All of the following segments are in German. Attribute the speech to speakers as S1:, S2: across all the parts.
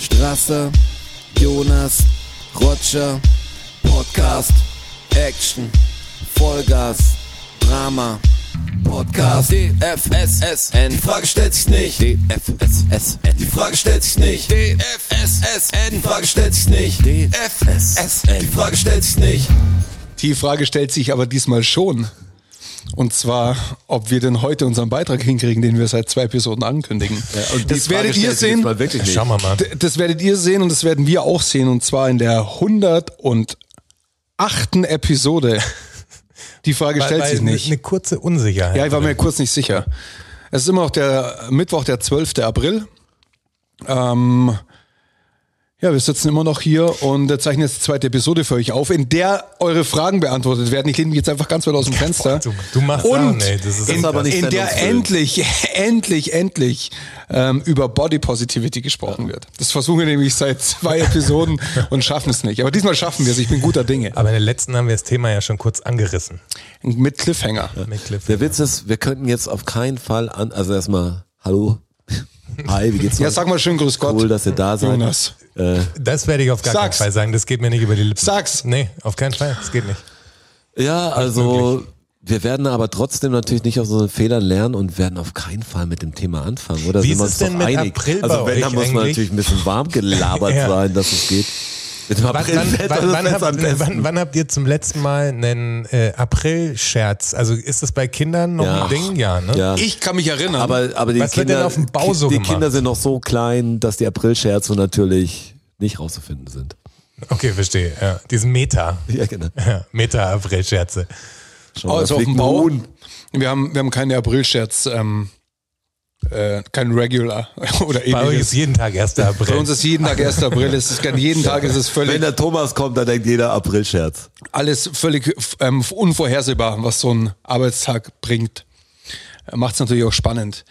S1: Strasser, Jonas, Roger, Podcast, Action, Vollgas, Drama, Podcast, DFSSN, die Frage stellt sich nicht, DFSSN, die Frage stellt sich nicht, DFSSN, die Frage stellt sich nicht, DFSSN, die Frage stellt sich nicht.
S2: Die Frage stellt sich aber diesmal schon. Und zwar, ob wir denn heute unseren Beitrag hinkriegen, den wir seit zwei Episoden ankündigen.
S3: und die
S2: das
S3: Frage
S2: werdet
S3: stellt
S2: ihr
S3: sich
S2: sehen.
S3: diesmal wirklich nicht.
S4: Schauen wir mal.
S2: D- Das werdet ihr sehen und das werden wir auch sehen. Und zwar in der 108. Episode. Die Frage stellt sich
S4: eine-
S2: nicht.
S4: Eine kurze Unsicherheit.
S2: Ja, ich war mir kurz nicht sicher. Es ist immer noch der Mittwoch, der 12. April. Ähm, ja, wir sitzen immer noch hier und äh, zeichnen jetzt die zweite Episode für euch auf, in der eure Fragen beantwortet werden. Ich lehne mich jetzt einfach ganz weit aus dem Fenster.
S4: du- du machst
S2: und
S4: Sachen, ey, das ist
S2: in,
S4: aber
S3: nicht
S2: in der
S3: sendungsfähig.
S2: endlich, endlich, endlich ähm, über Body Positivity gesprochen wird. Das versuchen wir nämlich seit zwei Episoden und schaffen es nicht. Aber diesmal schaffen wir es. Ich bin guter Dinge.
S4: Aber in der letzten haben wir das Thema ja schon kurz angerissen.
S2: Mit Cliffhanger.
S4: Mit Cliff.
S3: Der Witz ist, wir könnten jetzt auf keinen Fall an, also erstmal, hallo, hi, wie geht's
S2: Ja, sag mal schön, grüß Gott.
S3: Cool, dass ihr da seid.
S2: Jonas.
S3: Äh,
S4: Das werde ich auf gar
S2: Sag's.
S4: keinen Fall sagen. Das geht mir nicht über die Lippen.
S2: Sag's.
S4: Nee, auf keinen Fall. Das geht nicht.
S3: ja, also, wir werden aber trotzdem natürlich nicht aus unseren Fehlern lernen und werden auf keinen Fall mit dem Thema anfangen, oder?
S4: Wie ist
S3: Sind wir
S4: es
S3: uns
S4: denn
S3: doch
S4: mit
S3: einig?
S4: April bei
S3: Also, wenn, dann
S4: euch
S3: muss man
S4: eigentlich?
S3: natürlich ein bisschen warm gelabert
S4: Ja.
S3: sein, dass es geht. Mit dem
S4: Wann,
S3: April
S4: wann,
S3: fällt
S4: wann,
S3: das
S4: wann,
S3: jetzt am
S4: habt,
S3: besten.
S4: wann, wann habt ihr zum letzten Mal einen äh, April-Scherz? Also ist das bei Kindern noch
S3: Ja.
S4: ein Ding? Ja, ne?
S3: Ja.
S2: Ich kann mich erinnern.
S3: Aber, aber die,
S4: Was wird
S3: Kinder,
S4: denn auf dem Bau so
S3: die
S4: gemacht?
S3: Kinder sind noch so klein, dass die Aprilscherze natürlich nicht rauszufinden sind.
S4: Okay, verstehe. Ja. Diesen Meta.
S3: Ja, genau.
S4: Ja, Meta-April-Scherze. oh,
S3: Schau mal,
S2: Also auf
S3: fliegt
S2: dem
S3: ein
S2: Bau.
S3: Huhn.
S2: Wir haben, wir haben keine April-Scherz, ähm, äh, kein Regular oder
S4: Bei euch ist
S2: ähnliches.
S4: jeden Tag 1. April.
S2: Bei uns ist jeden Tag 1. April, es ist kein- jeden Tag ist es
S3: Wenn
S2: völlig,
S3: der Thomas kommt, dann denkt jeder Aprilscherz.
S2: alles völlig ähm, unvorhersehbar, was so ein Arbeitstag bringt. Macht es natürlich auch spannend.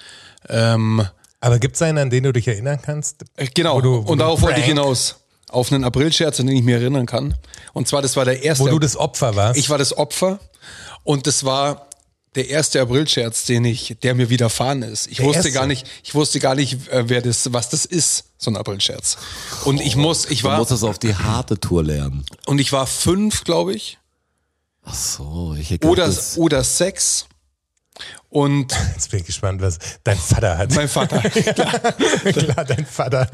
S2: Ähm,
S4: Aber gibt es einen, an den du dich erinnern kannst?
S2: Äh, Genau.
S4: Wo du- wo
S2: und
S4: du
S2: darauf wollte ich
S4: prank-
S2: hinaus. Auf einen Aprilscherz, an den ich mich erinnern kann. Und zwar, das war der erste.
S4: Wo du das Opfer warst?
S2: ich war das Opfer. Und das war der erste Aprilscherz, den ich, der mir widerfahren ist. Ich wusste
S4: erste?
S2: gar nicht, ich wusste gar nicht, äh, wer das, was das ist, so ein Aprilscherz. Und ich muss, ich
S3: Du
S2: war,
S3: musst das auf die harte Tour lernen.
S2: und ich war fünf, glaube ich,
S3: Ach so, ich hätte
S2: oder,
S3: gedacht, das-
S2: oder sechs. Und
S4: Jetzt bin ich gespannt, was dein Vater hat.
S2: mein Vater,
S4: Klar, dein Vater.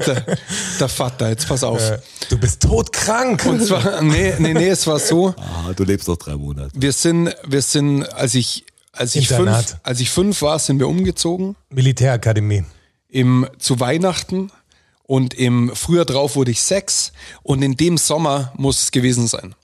S2: der Vater, jetzt pass auf.
S4: Äh, Du bist todkrank.
S2: Und zwar, nee, nee, nee, es war so.
S3: ah, du lebst noch drei Monate.
S2: Wir sind, wir sind, als ich, als ich
S4: Internat.
S2: fünf, als ich fünf war, sind wir umgezogen
S4: Militärakademie.
S2: im, zu Weihnachten und im Frühjahr drauf wurde ich sechs und in dem Sommer muss es gewesen sein.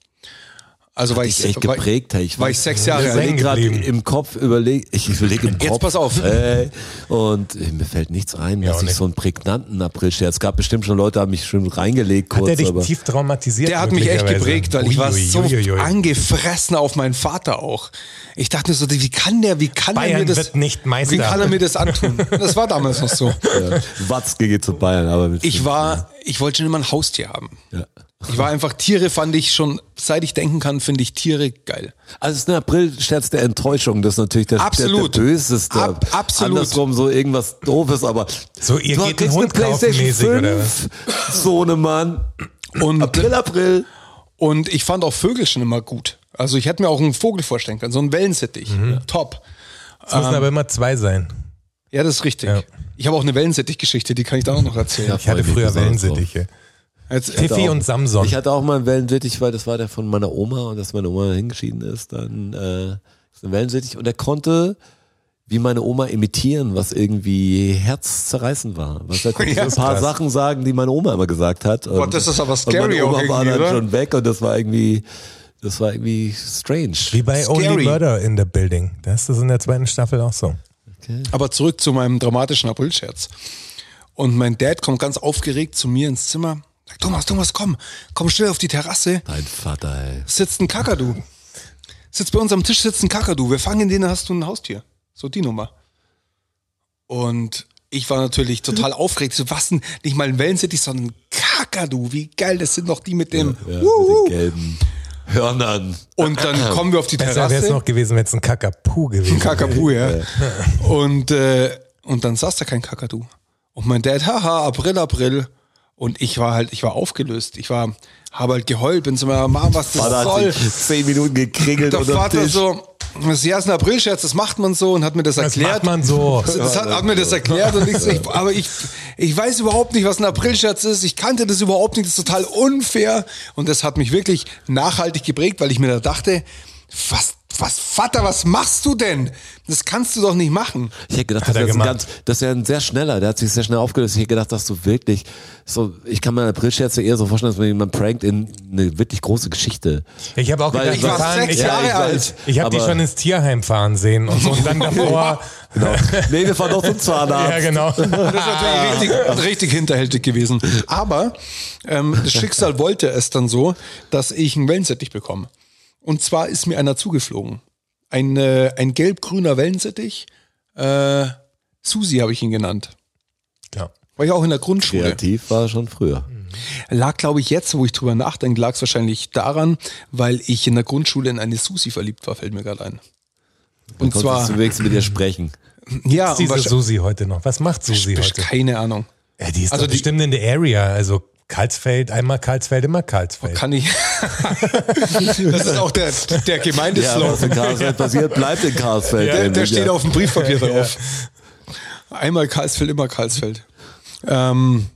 S2: Also war ich,
S3: Dich echt
S2: war,
S3: geprägt, hey, ich
S2: war
S3: weiß-
S2: ich sechs Jahre
S3: Ich
S2: alt.
S4: Sechs.
S3: überlege gerade
S4: geblieben.
S3: im Kopf, überlege, ich überlege im Kopf.
S2: Jetzt pass auf.
S3: Äh, und äh, mir fällt nichts ein,
S4: Ja,
S3: dass
S4: auch
S3: ich
S4: nicht.
S3: so einen prägnanten Aprilscherz. Es gab bestimmt schon Leute, haben mich schon reingelegt
S4: Hat
S3: kurz,
S4: der dich
S3: aber
S4: tief traumatisiert?
S2: Der hat mich echt
S4: möglicherweise?
S2: geprägt, weil ich war so
S4: Uiuiuiui.
S2: angefressen auf meinen Vater auch. Ich dachte mir so, wie kann der, wie kann er
S4: Bayern
S2: mir das,
S4: wird nicht Meister.
S2: wie kann er mir das antun? Das war damals noch so.
S3: äh, Watzke geht zu Bayern. Aber mit
S2: Ich war, ich wollte schon immer ein Haustier haben.
S3: Ja.
S2: Ich war einfach, Tiere fand ich schon, seit ich denken kann, finde ich Tiere geil.
S3: Also es ist ein Aprilscherz der Enttäuschung, das ist natürlich der,
S2: Absolut.
S3: der, der böseste.
S2: Ab- absolut.
S3: Andersrum so irgendwas Doofes, aber
S4: So, ihr
S3: du
S4: geht
S3: kriegst
S4: einen
S3: eine
S4: Hund kaufen mäßig, oder was?
S3: so ne Mann.
S2: Und,
S3: April, April.
S2: und ich fand auch Vögel schon immer gut. Also ich hätte mir auch einen Vogel vorstellen können, so einen Wellensittich. Top.
S4: Es müssen aber immer zwei sein.
S2: Ja, das ist richtig.
S4: Ja.
S2: Ich habe auch eine Wellensittich-Geschichte, die kann ich da auch noch erzählen.
S3: Ja.
S4: Ich hatte
S3: Voll,
S4: früher
S3: wie besonders
S4: Wellensittiche.
S2: Jetzt,
S4: Tiffy
S3: auch-
S4: und Samson.
S3: Ich hatte auch mal einen Wellensittich, weil das war der von meiner Oma und dass meine Oma hingeschieden ist, dann äh, ist ein Wellensittich und er konnte wie meine Oma imitieren, was irgendwie herzzerreißend war. Was er konnte
S2: Ja.
S3: so ein paar
S4: Krass.
S3: Sachen sagen, die meine Oma immer gesagt hat. Und,
S2: das ist aber
S3: Und
S2: scary
S3: meine
S2: auch
S3: Oma war
S2: irgendwie,
S3: dann
S2: oder?
S3: schon weg und das war irgendwie, das war irgendwie strange.
S4: Wie bei
S2: Scary.
S4: Only Murder in the Building. Das ist in der zweiten Staffel auch so.
S2: Aber zurück zu meinem dramatischen Aprilscherz. Und mein Dad kommt ganz aufgeregt zu mir ins Zimmer. Sagt, Thomas, Thomas, komm, komm schnell auf die Terrasse.
S3: Dein Vater, ey.
S2: sitzt ein Kakadu. Sitzt bei uns am Tisch sitzt ein Kakadu. Wir fangen den, dann hast du ein Haustier. So die Nummer. Und ich war natürlich
S3: Mhm.
S2: total aufgeregt. So, was denn? Nicht mal ein Wellensittich, sondern ein Kakadu. Wie geil, das sind doch die mit dem.
S3: Ja,
S2: Wuhu.
S3: mit den gelben Hörnern.
S2: Und dann kommen wir auf die
S4: Besser wäre es
S2: Terrasse.
S4: noch gewesen, wenn es ein Kakapu gewesen
S2: Ein Kakabu, ja. Und, äh, und dann saß da kein Kakadu. Und mein Dad, haha, April, April. Und ich war halt, ich war aufgelöst. Ich war, habe halt geheult, bin so mal, Mama, was das
S3: Vater
S2: soll.
S3: hat sich zehn Minuten gekringelt
S2: Der
S3: unter
S2: Vater
S3: Tisch.
S2: so, das ist ja ein April-Scherz, das macht man so und hat mir das
S4: Das
S2: erklärt.
S4: macht man so.
S2: Das das hat, hat mir das erklärt und ich, so, ich, aber ich, ich weiß überhaupt nicht, was ein Aprilscherz ist. Ich kannte das überhaupt nicht. Das ist total unfair. Und das hat mich wirklich nachhaltig geprägt, weil ich mir da dachte, was, was, Vater, was machst du denn? Das kannst du doch nicht machen.
S3: Ich hätte gedacht,
S4: Hat
S3: das
S4: er
S3: wäre ein
S4: gemacht.
S3: ganz, das wäre ein sehr schneller, der hat sich sehr schnell aufgelöst. Ich hätte gedacht, dass du wirklich, so, ich kann mir eine Aprilscherze eher so vorstellen, dass man jemanden prankt in eine wirklich große Geschichte.
S4: Ich habe auch gedacht,
S3: Weil- Ich
S4: die
S3: war
S4: fahren-
S2: sechs
S4: ich-
S2: Jahre
S4: ich
S2: alt.
S4: Ich habe die
S3: Aber-
S4: schon ins Tierheim fahren sehen und, so. und dann davor.
S3: Genau. Nee, wir fahren doch zum Zahnarzt.
S4: ja, genau.
S2: Das ist natürlich richtig, richtig hinterhältig gewesen. Aber ähm, das Schicksal wollte es dann so, dass ich einen Wellensittich bekomme. Und zwar ist mir einer zugeflogen. Ein, äh, ein gelb-grüner Wellensittich. Äh, Susi habe ich ihn genannt.
S4: Ja.
S2: War ich auch in der Grundschule.
S3: Kreativ war er schon früher.
S2: Lag, glaube ich, jetzt, wo ich drüber nachdenke, lag es wahrscheinlich daran, weil ich in der Grundschule in eine Susi verliebt war, fällt mir gerade ein. Und
S3: Konntest
S2: zwar,
S3: du wenigstens mit dir sprechen.
S2: ja,
S4: Was ist diese
S2: wahrscheinlich-
S4: Susi heute noch? Was macht Susi heute?
S2: keine Ahnung.
S4: Ja, die ist
S2: Also
S4: also
S2: die-
S4: bestimmt in der Area. Also Karlsfeld, einmal Karlsfeld, immer Karlsfeld.
S2: Kann ich. das ist auch der, der
S3: Ja, was
S2: Gemeindeslogan.
S3: in Karlsfeld passiert, bleibt in Karlsfeld.
S2: der, der
S3: nämlich,
S2: steht
S3: ja.
S2: auf dem Briefpapier drauf. Einmal Karlsfeld, immer Karlsfeld. Ähm,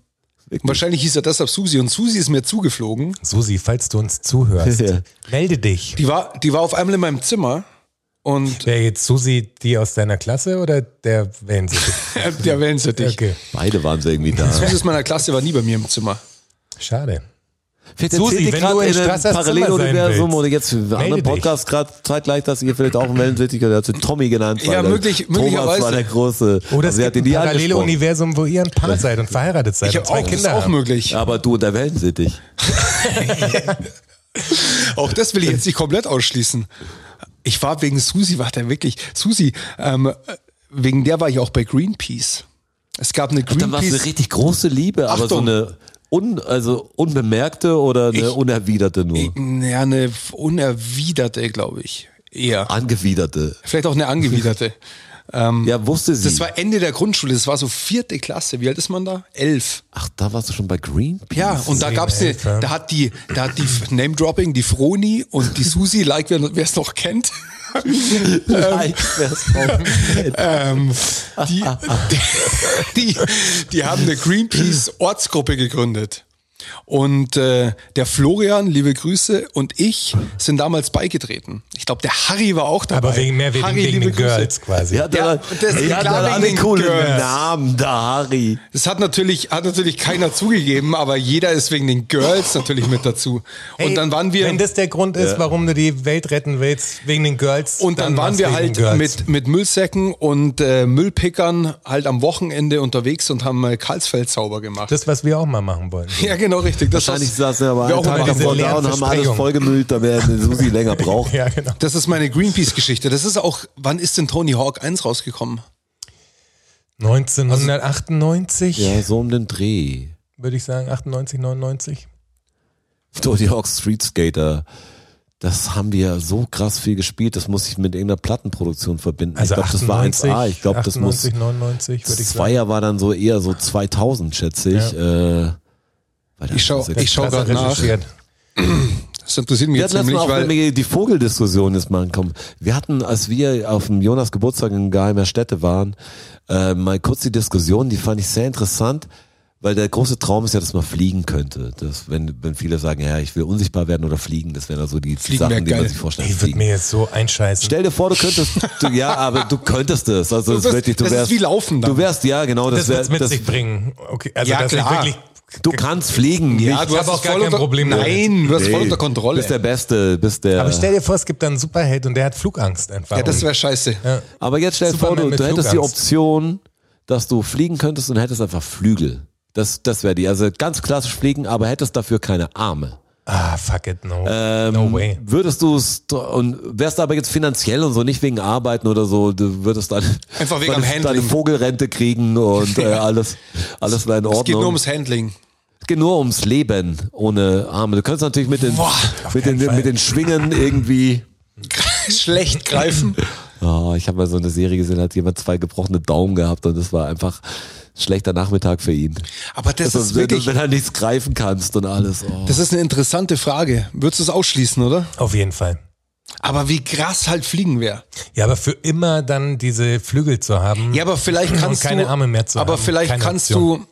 S2: wahrscheinlich hieß er deshalb Susi und Susi ist mir zugeflogen.
S4: Susi, falls du uns zuhörst,
S3: Ja.
S4: melde dich.
S2: Die war, die war auf einmal in meinem Zimmer und
S4: Wer jetzt Susi, die aus deiner Klasse oder der wählen sie?
S2: äh, der Wellensittich.
S4: Okay.
S3: Beide waren sie irgendwie da.
S2: Susi aus meiner Klasse war nie bei mir im Zimmer.
S4: Schade.
S3: Vielleicht
S4: Susi,
S3: erzählt ihr
S4: wenn
S3: gerade
S4: du in
S3: in einem
S4: Strassers Zimmer sein
S3: Paralleluniversum
S4: willst,
S3: oder jetzt für einen anderen
S4: melde dich.
S3: Podcast gerade zeitgleich, dass ihr vielleicht auch einen Wellensittich oder hat sie Tommy genannt. weil
S2: Ja,
S3: der
S2: möglich-
S3: Thomas
S2: möglicherweise.
S3: war der Große.
S4: Oder
S3: Aber
S4: es
S3: Also sie hat
S4: Oh, gibt
S3: ihn
S4: ein
S3: nie
S4: parallele
S3: angesprochen.
S4: Universum, wo ihr ein Paar seid und verheiratet seid
S2: Ich
S4: und
S2: habe
S4: zwei
S2: auch, das ist
S4: Kinder
S2: auch
S4: habt.
S2: möglich.
S3: Aber du und der Wellensittich.
S2: Auch das will ich jetzt nicht komplett ausschließen. Ich war wegen Susi, war da wirklich. Susi, ähm, wegen der war ich auch bei Greenpeace. Es gab eine
S3: Dann war es eine
S2: Greenpeace.
S3: richtig große Liebe, aber so
S2: Achtung.
S3: eine un, also unbemerkte oder eine unerwiderte nur.
S2: Ja, eine unerwiderte, glaube ich. Eher.
S4: Ah.
S3: Angewiderte.
S2: Vielleicht auch eine
S4: Hm.
S2: angewiderte.
S3: Ja, wusste sie.
S2: Hm. Das war Ende der Grundschule, das war so vierte Klasse. Wie alt ist man da? Elf.
S3: Ach, da warst du schon bei Greenpeace.
S2: Ja, und da
S4: Sieben,
S2: gab's eine,
S4: elf, ja.
S2: da hat die, da hat die Name-Dropping, die Froni und die Susi, like wer es noch kennt.
S3: Leicht wär's auch.
S2: Ähm, die, die, die haben eine Greenpeace-Ortsgruppe gegründet. Und äh, der Florian, liebe Grüße, und ich sind damals beigetreten. Ich glaube, der Harry war auch dabei.
S4: Aber wegen mehr wegen,
S2: Harry,
S4: wegen
S2: liebe
S4: den
S2: Grüße.
S4: Girls quasi.
S3: Ja,
S2: Ja,
S3: da,
S2: das-
S3: ja,
S2: klar,
S3: da
S2: wegen
S3: alle
S2: den
S3: coolen
S2: Girls.
S3: Namen, da Harry.
S2: Das hat natürlich, hat natürlich keiner zugegeben, aber jeder ist wegen den Girls natürlich mit dazu.
S4: Hey,
S2: und dann waren wir.
S4: Wenn das der Grund ist, warum du die Welt retten willst, wegen den Girls.
S2: Und dann, waren
S4: mach's
S2: wir
S4: wegen
S2: halt
S4: Girls.
S2: mit, mit Müllsäcken und äh, Müllpickern halt am Wochenende unterwegs und haben äh, Karlsfeld sauber gemacht.
S4: Das, was wir auch mal machen wollen.
S2: ja, genau, richtig. Das
S3: Wahrscheinlich
S2: ist-
S3: saßen aber
S2: wir auch
S3: einen
S2: mal
S3: Tag
S4: diese
S3: davor da
S4: leeren
S3: und haben alles
S4: Versprechungen.
S3: vollgemüllt, da wäre Susi länger braucht.
S4: Ja, genau.
S2: Das ist meine Greenpeace-Geschichte. Das ist auch, wann ist denn Tony Hawk 1 rausgekommen?
S4: 1998,
S3: Ja, so um den Dreh.
S4: würde ich sagen, 98, 99.
S3: Tony Hawk Street Skater. Das haben wir so krass viel gespielt, das muss ich mit irgendeiner Plattenproduktion verbinden.
S4: Also
S3: ich glaube, das war
S4: 98,
S3: 1A. Ich glaube, das muss.
S4: 98, 99, würde ich sagen.
S3: Zweier war dann so eher so 2000, schätze ich. Äh, weil da-
S2: Ich schau-
S3: also-
S2: ich schau-
S4: Klasse
S2: gerade nach.
S4: recherchiert.
S2: Das interessiert mich
S3: wir
S2: jetzt
S3: hatten letztes
S2: nämlich,
S3: Mal auch, wenn
S2: weil
S3: wir die Vogeldiskussion jetzt mal ankommen. Wir hatten, als wir auf dem Jonas Geburtstag in geheimer Stätte waren, äh, mal kurz die Diskussion, die fand ich sehr interessant, weil der große Traum ist ja, dass man fliegen könnte. Das, wenn, wenn viele sagen, ja, ich will unsichtbar werden oder fliegen, das wären also die
S2: Fliegen wär
S3: Sachen, die man
S2: geil.
S3: sich vorstellt.
S4: Ich würde
S3: Fliegen.
S4: mir jetzt so einscheißen.
S3: Stell dir vor, du könntest, du, ja, aber du könntest es. Also, das
S2: wirst-
S3: ist wirklich, du
S2: das ist
S3: wärst.
S2: wie Laufen dann.
S3: Du wärst, ja, genau, das,
S4: das
S3: wär-
S4: wird mit
S3: das,
S4: sich bringen. Okay, also
S2: Ja,
S4: dass ich
S2: klar.
S4: wirklich
S3: Du kannst fliegen.
S2: ja,
S3: nicht-
S2: du
S4: hab
S2: hast
S4: auch
S2: es
S4: gar
S2: voll
S4: kein
S2: unter,
S4: Problem damit.
S2: Nein, du hast voll
S3: Nee,
S2: unter Kontrolle.
S3: Bist der Beste, bist der.
S4: Aber stell dir vor, es gibt dann einen Superheld und der hat Flugangst einfach.
S2: ja, das wäre scheiße.
S3: Aber jetzt stell dir vor,
S4: Superman
S3: du,
S4: mit
S3: du hättest die
S4: Flugangst.
S3: Option, dass du fliegen könntest und hättest einfach Flügel. Das, das wäre die. Also ganz klassisch fliegen, aber hättest dafür keine Arme.
S4: ah, fuck it, no.
S3: Ähm.
S4: no way.
S3: Würdest du es und wärst aber jetzt finanziell und so nicht wegen Arbeiten oder so, du würdest dann
S2: Einfach wegen am
S3: deine, deine
S2: Handling.
S3: Vogelrente kriegen und äh, alles, alles war in Ordnung.
S2: Es geht nur ums Handling.
S3: Es geht nur ums Leben ohne Arme. Du könntest natürlich mit den,
S2: Boah,
S3: mit den,
S4: keinen Fall.
S3: mit den Schwingen irgendwie.
S2: Schlecht greifen.
S3: Oh, ich habe mal so eine Serie gesehen, da hat jemand zwei gebrochene Daumen gehabt und das war einfach schlechter Nachmittag für ihn.
S2: Aber das
S3: Also,
S2: ist
S3: wenn, du,
S2: wirklich,
S3: wenn du nichts greifen kannst und alles. Oh.
S2: das ist eine interessante Frage. Würdest du es ausschließen, oder?
S4: Auf jeden Fall.
S2: Aber wie krass halt fliegen wäre.
S4: Ja, aber für immer dann diese Flügel zu haben.
S2: Ja, aber vielleicht kannst
S4: und keine
S2: du.
S4: Arme mehr zu
S2: aber
S4: haben,
S2: vielleicht
S4: keine
S2: kannst
S4: Option.
S2: du.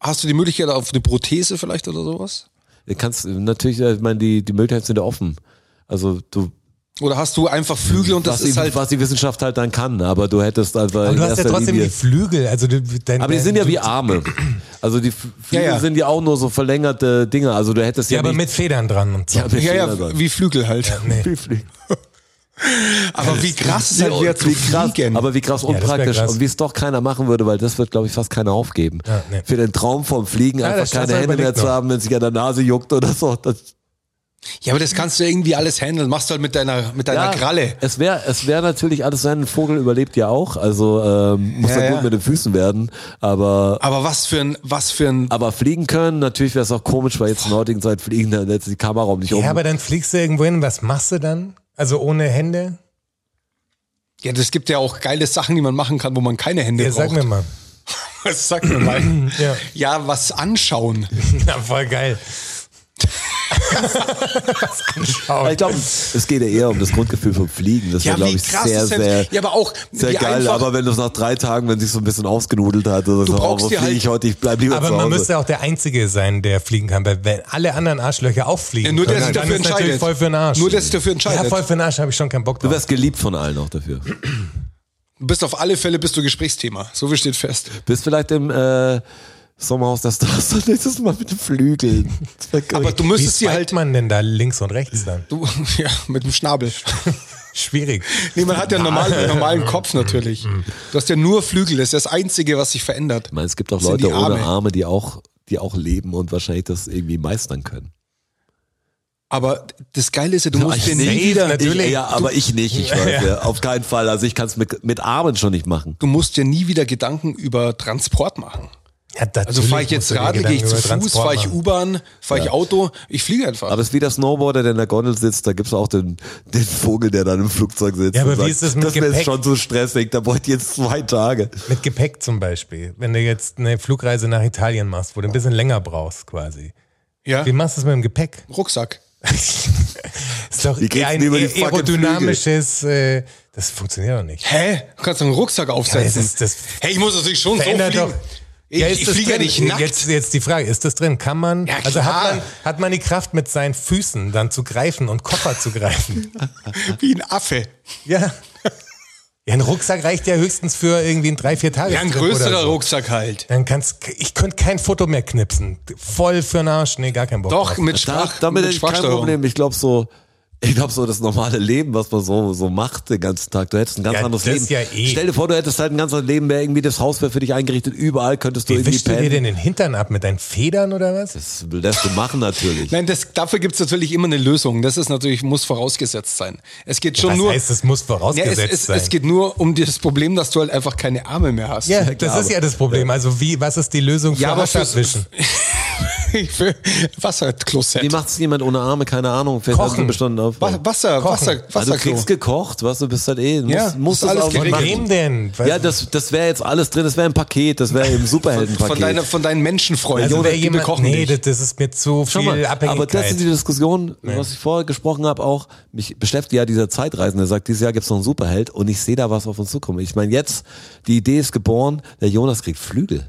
S2: Hast du die Möglichkeit auf eine Prothese vielleicht oder sowas?
S3: Du kannst natürlich, äh, ich meine, die, die Möglichkeiten sind ja offen. Also du,
S2: Oder hast du einfach Flügel und das
S3: was, die,
S2: ist halt.
S3: was die Wissenschaft halt dann kann, aber du hättest einfach
S4: aber
S3: in
S4: du hast ja
S3: erster
S4: trotzdem
S3: Linie.
S4: die Flügel. Also du, dein,
S3: aber die
S4: dein-
S3: sind ja
S4: du,
S3: wie Arme. Also die F- Flügel
S2: Ja, ja.
S3: sind ja auch nur so verlängerte Dinger. Also du hättest
S4: Ja,
S3: ja,
S4: aber
S3: nicht,
S4: mit Federn dran und so.
S3: Ja, mit-
S2: Ja, ja,
S3: Federband.
S2: wie Flügel halt.
S4: nee.
S2: Aber wie krass es halt
S3: Ja,
S2: wäre zu
S3: wie krass,
S2: fliegen.
S3: aber wie krass
S4: das wär
S3: unpraktisch
S4: krass.
S3: und wie es doch keiner machen würde, weil das wird, glaube ich, fast keiner aufgeben.
S4: Ja, nee.
S3: Für den Traum vom Fliegen
S4: Ja, das
S3: einfach keine
S4: Schatzal
S3: Hände mehr
S4: überlegt
S3: zu
S4: noch.
S3: haben, wenn sich an der Nase juckt oder so. Das,
S2: Ja, aber das kannst du irgendwie alles handeln. Machst du halt mit deiner, mit deiner Kralle.
S3: Es wäre es wär natürlich alles sein, ein Vogel überlebt ja auch, also ähm, muss
S2: Ja,
S3: ja, gut
S2: ja.
S3: mit den Füßen werden, aber
S2: Aber was für ein, was für ein.
S3: aber fliegen können, natürlich wäre es auch komisch, weil jetzt in der heutigen Zeit fliegen, dann setzt die Kamera um dich um.
S4: Ja, aber dann fliegst du irgendwo hin. Was machst du dann? Also ohne Hände?
S2: Ja, das gibt ja auch geile Sachen, die man machen kann, wo man keine Hände
S4: Ja,
S2: braucht.
S4: sag mir mal.
S2: Was sag mir mal.
S4: Ja.
S2: ja, was anschauen.
S4: Na, voll geil. was anschauen.
S3: ich glaube, es geht ja eher um das Grundgefühl vom Fliegen. Das
S2: Ja,
S3: wäre, glaube
S2: wie
S3: ich,
S2: krass
S3: sehr,
S2: ist das?
S3: sehr,
S2: Ja, aber auch
S3: sehr
S2: wie
S3: geil.
S2: einfach-
S3: aber wenn du es nach drei Tagen, wenn sich so ein bisschen ausgenudelt hat, oder so,
S2: brauchst
S3: oh,
S2: dir
S3: fliege
S2: halt-
S3: ich heute, ich bleib lieber
S4: Aber
S3: zu
S4: man
S3: Hause.
S4: müsste auch der Einzige sein, der fliegen kann, weil wenn alle anderen Arschlöcher auch fliegen
S2: Ja, nur der
S4: können,
S2: sich
S4: dann
S2: dafür
S4: ist natürlich
S2: entscheidet.
S4: voll für den Arsch.
S2: Nur der sich dafür entscheidet.
S4: Ja, voll für den Arsch habe ich schon keinen Bock
S3: du
S4: drauf.
S3: wärst geliebt von allen auch dafür.
S2: Du bist auf alle Fälle bist du Gesprächsthema. So viel steht fest.
S3: Bist vielleicht im äh, Sommerhaus der Stars und nächstes Mal mit den Flügeln.
S2: Aber du
S4: Wie
S2: müsstest sie
S4: spiked
S2: halt.
S4: man denn da links und rechts dann?
S2: Du, ja, mit dem Schnabel.
S4: Schwierig.
S2: Nee, man hat ja einen normalen, normalen Kopf natürlich.
S4: Mhm.
S2: Du hast ja nur Flügel. Das ist das Einzige, was sich verändert.
S3: Ich meine, es gibt auch
S2: Das sind
S3: Leute
S2: die
S3: ohne
S2: Arme.
S3: Arme, die auch, die auch leben und wahrscheinlich das irgendwie meistern können.
S2: Aber das Geile ist ja, du musst
S3: ich
S2: dir nie
S3: nicht.
S2: wieder,
S4: Natürlich.
S3: Ich, ja, aber ich nicht, ich weiß. Ja. Auf keinen Fall. Also ich kann es mit, mit Armen schon nicht machen.
S2: du musst dir nie wieder Gedanken über Transport machen.
S4: Ja,
S2: Also
S4: natürlich
S2: fahre ich
S4: musst
S2: jetzt
S4: du dir
S2: Radl, gehe ich
S4: Gedanken
S2: zu
S4: über
S2: Fuß,
S4: Transport
S2: fahre ich
S4: machen.
S2: U-Bahn, fahre ich Auto, ich fliege einfach.
S3: Aber es ist wie der Snowboarder, der in der Gondel sitzt, da gibt's auch den, den Vogel, der dann im Flugzeug sitzt.
S4: Ja, aber
S3: und
S4: wie ist das mit
S3: das wär jetzt
S4: Gepäck?"
S3: schon so stressig, da bräuchte ich jetzt zwei Tage.
S4: Mit Gepäck zum Beispiel. Wenn du jetzt eine Flugreise nach Italien machst, wo du ein bisschen länger brauchst quasi.
S2: ja,
S4: Wie machst du es mit dem Gepäck?
S2: Rucksack.
S4: ist doch
S3: Wie geht's
S4: ein
S3: denn über die
S4: aer-
S3: fucking
S4: aerodynamisches, äh, das funktioniert doch nicht.
S2: Hä? Du kannst doch einen Rucksack aufsetzen.
S4: Ja, das ist- das
S2: hey, ich muss natürlich schon so fliegen.
S4: Verändert doch.
S2: Ich,
S4: ist
S2: ich
S4: das
S2: fliege ja
S4: drin?
S2: nicht nackt.
S4: Jetzt, jetzt die Frage, ist das drin? Kann man,
S2: Ja,
S4: also
S2: klar.
S4: hat man, hat man die Kraft mit seinen Füßen dann zu greifen und Koffer zu greifen?
S2: Wie ein Affe.
S4: Ja. Ja, ein Rucksack reicht ja höchstens für irgendwie ein drei, vier Tage.
S2: Ja, ein größerer Rucksack halt.
S4: Dann kannst, ich könnte kein Foto mehr knipsen. Voll für den Arsch. Nee, gar kein Bock.
S2: Doch,
S4: drauf.
S2: mit
S3: Da,
S2: Sprach,
S3: damit
S2: mit
S3: ist kein
S2: Sprachsteuerung.
S3: Problem. Ich glaube so, ich glaube so das normale Leben, was man so so macht den ganzen Tag. Du hättest ein ganz
S4: Ja,
S3: anderes
S4: das
S3: Leben.
S4: ja eh.
S3: Stell dir vor, du hättest halt ein ganz anderes Leben, wäre irgendwie das Haus wäre für dich eingerichtet. Überall könntest du
S4: Wie
S3: irgendwie
S4: wischst du dir
S3: pennen.
S4: denn den Hintern ab? Mit deinen Federn oder was?
S3: Das lässt du machen natürlich.
S2: Nein, das, dafür gibt's natürlich immer eine Lösung. Das ist natürlich, muss vorausgesetzt sein. Es geht schon
S4: Was
S2: nur.
S4: heißt, es muss
S2: ja,
S4: vorausgesetzt
S2: es, es,
S4: sein?
S2: es geht nur um das Problem, dass du halt einfach keine Arme mehr hast.
S4: ja, das ist ja das Problem. Also wie, was ist die Lösung für
S2: Ja, aber fürs- Äh,
S4: Abwischen?
S2: für Wasserklosett.
S3: Wie macht's jemand ohne Arme? Keine Ahnung. Fährt
S4: Kochen.
S3: dann so bestanden auf.
S2: Wa- Wasser,
S4: Kochen.
S2: Wasser,
S3: also
S2: Wasser,
S3: du kriegst gekocht, was du bist halt eh. Musst,
S2: Ja,
S3: musst
S2: ist alles
S3: alles
S4: Von
S2: geregelt.
S3: machen.
S4: wem denn? Was-
S3: Ja, das, das wäre jetzt alles drin. Das wäre ein Paket. Das wäre im Superheldenpaket.
S2: von, deiner, von deinen Menschenfreunden.
S4: also
S2: Jonas,
S4: wer
S2: die
S4: jemand,
S2: bekochen
S4: nee,
S2: dich.
S4: das, das ist mir zu
S3: Schau
S4: viel
S3: mal,
S4: Abhängigkeit.
S3: aber das ist die Diskussion, was ich vorher gesprochen habe, auch mich beschäftigt ja dieser Zeitreisende, der sagt, dieses Jahr gibt's noch einen Superheld und ich sehe da was auf uns zukommen. Ich meine, jetzt, die Idee ist geboren, der Jonas kriegt Flügel.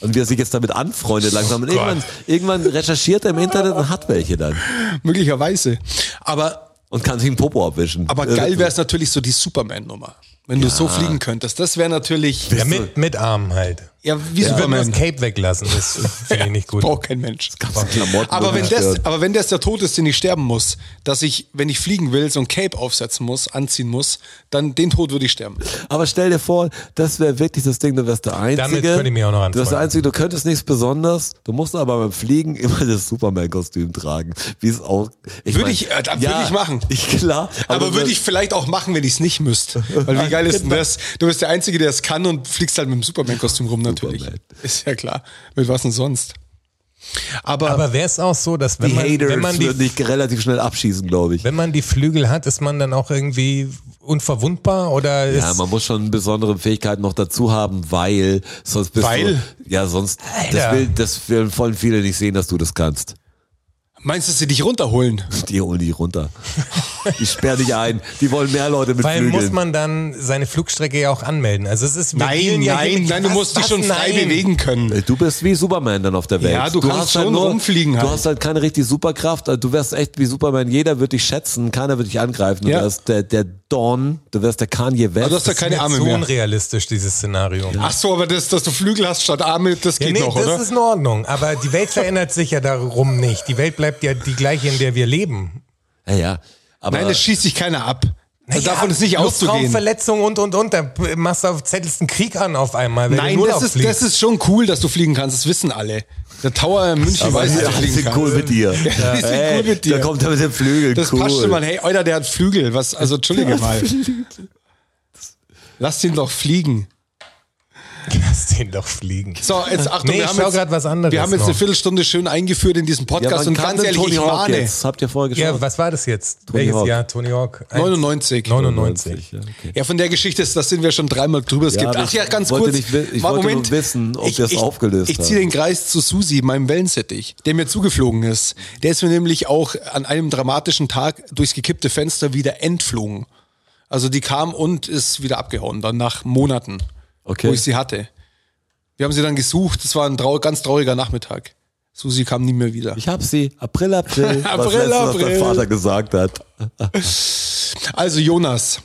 S3: Und wie er sich jetzt damit anfreundet langsam.
S4: Oh
S3: Und irgendwann, irgendwann recherchiert er im Internet und hat welche dann.
S2: Möglicherweise. Aber,
S3: Und kann sich einen Popo abwischen.
S2: aber
S4: Äh,
S2: geil wäre es natürlich so die Superman-Nummer. Wenn du so fliegen könntest. Das wäre natürlich.
S4: ja, mit, mit Arm halt.
S2: Ja, wie
S4: Ich würde das
S2: Superman.
S4: Cape weglassen, das finde ich nicht gut.
S2: Braucht kein Mensch.
S3: Klamotten
S2: Aber wenn,
S3: ungestört.
S2: das, aber wenn das der Tod ist, den ich sterben muss, dass ich, wenn ich fliegen will, so ein Cape aufsetzen muss, anziehen muss, dann den Tod würde ich sterben.
S3: Aber stell dir vor, das wäre wirklich das Ding, du wärst der Einzige.
S4: könnte ich mich auch noch
S3: Du wärst der
S4: anfreunden.
S3: Einzige, du könntest nichts Besonderes. Du musst aber beim Fliegen immer das Superman-Kostüm tragen. Wie es auch.
S2: Würde ich- äh, dann würde ich machen.
S3: Ich, klar.
S2: Aber,
S3: du
S2: würde
S3: wärst-
S2: ich vielleicht auch machen, wenn ich es nicht müsste. Weil wie geil ist denn das? Du bist der Einzige, der es kann und fliegst halt mit dem Superman-Kostüm rum natürlich.
S3: Superman.
S2: Ist ja klar. Mit was denn sonst? Aber,
S4: Aber wäre es auch so, dass wenn
S3: die
S4: man,
S3: Haters
S4: wenn, man
S3: würden
S4: die,
S3: dich relativ schnell abschießen, glaube ich.
S4: wenn man die Flügel hat, ist man dann auch irgendwie unverwundbar oder ist
S3: Ja, man muss schon besondere Fähigkeiten noch dazu haben, weil sonst bist
S2: Weil?
S3: du. Ja, sonst. Das
S4: Alter.
S3: will, das will voll viele nicht sehen, dass du das kannst.
S2: meinst du, dass sie dich runterholen?
S3: Die holen dich runter. Die sperren dich ein. Die wollen mehr Leute mit
S4: weil
S3: Flügeln.
S4: muss man dann seine Flugstrecke ja auch anmelden. Also es ist wir
S2: Nein,
S4: dealen ja hier
S2: nein,
S4: mit-
S2: nein, du
S4: Was,
S2: musst dich
S4: was,
S2: schon frei
S4: nein? Äh,
S2: bewegen können.
S3: Äh, Du bist wie Superman dann auf der Welt.
S2: Ja, du kannst
S3: hast
S2: schon rumfliegen
S3: Du
S2: halt.
S3: hast halt keine richtige Superkraft. Also Du wärst echt wie Superman. Jeder wird dich schätzen. Keiner wird dich angreifen. Du
S2: Ja.
S3: wärst der, der Dawn. Du wärst der Kanye West.
S2: Also hast du
S4: Das
S2: keine
S4: ist mir
S2: Arme
S4: zu
S2: mehr.
S4: unrealistisch, dieses Szenario.
S2: Ach so, aber das, dass du Flügel hast statt Arme, das
S4: Ja,
S2: geht
S4: nee,
S2: noch,
S4: das
S2: oder?
S4: ist in Ordnung, aber die Welt verändert sich ja darum nicht. Die Welt bleibt ja die gleiche, in der wir leben.
S3: ja, ja. Aber
S2: Nein, es schießt sich keiner ab. Also
S4: Äh. Ja,
S2: davon ist nicht auszugehen.
S4: Luftraumverletzung und, und, und. Da machst du auf zettelst einen Krieg an auf einmal, wenn
S2: Nein,
S4: du in
S2: das
S4: Urlaub
S2: ist,
S4: fliegst.
S2: das ist schon cool, dass du fliegen kannst. Das wissen alle. Der Tower in München
S3: aber
S2: weiß, dass
S3: die
S2: du
S3: die
S2: fliegen
S3: sind
S2: kannst.
S3: cool mit dir.
S2: Ja, die sind
S3: Ey,
S2: cool mit dir.
S3: Da kommt er mit den Flügeln.
S2: Das
S3: cool.
S2: passt schon mal. Hey, Euder, der hat Flügel. Was, also, entschuldige mal. Lass den doch fliegen.
S4: Lass den doch fliegen.
S2: So, jetzt Achtung,
S4: Nee,
S2: wir
S4: ich
S2: haben
S4: schau
S2: jetzt,
S4: grad was anderes
S2: wir haben jetzt
S4: noch.
S2: eine Viertelstunde schön eingeführt in diesen
S3: Ja,
S2: Podcast
S3: wann
S2: und
S3: kam
S2: ganz
S3: denn
S2: ehrlich,
S3: Tony
S2: ich
S3: Hawk
S2: warne.
S3: Jetzt? Habt ihr vorher geschaut?
S4: Ja, was war das jetzt?
S3: Tony
S4: Welches
S3: Hawk.
S4: Jahr? Tony Hawk. Eins?
S2: 99.
S4: 99.
S3: Ja, okay.
S2: Ja, von der Geschichte ist, das sind wir schon dreimal drüber. Es
S3: Ja,
S2: gibt,
S3: aber
S2: ach
S3: ich
S2: ja, ganz
S3: wollte
S2: kurz.
S3: nicht wi- ich
S2: Mal,
S3: wollte nur wissen, ob wir es aufgelöst
S2: Ich, ich ziehe den
S3: haben.
S2: Kreis zu Susi, meinem Wellensittich, der mir zugeflogen ist. Der ist mir nämlich auch an einem dramatischen Tag durchs gekippte Fenster wieder entflogen. Also die kam und ist wieder abgehauen, dann nach Monaten,
S3: Okay.
S2: wo ich sie hatte. Wir haben sie dann gesucht, es war ein trau ganz trauriger Nachmittag. Susi kam nie mehr wieder.
S3: Ich hab sie. April, April. was
S2: April,
S3: letztes, was dein
S2: April.
S3: Vater gesagt hat.
S2: Also Jonas,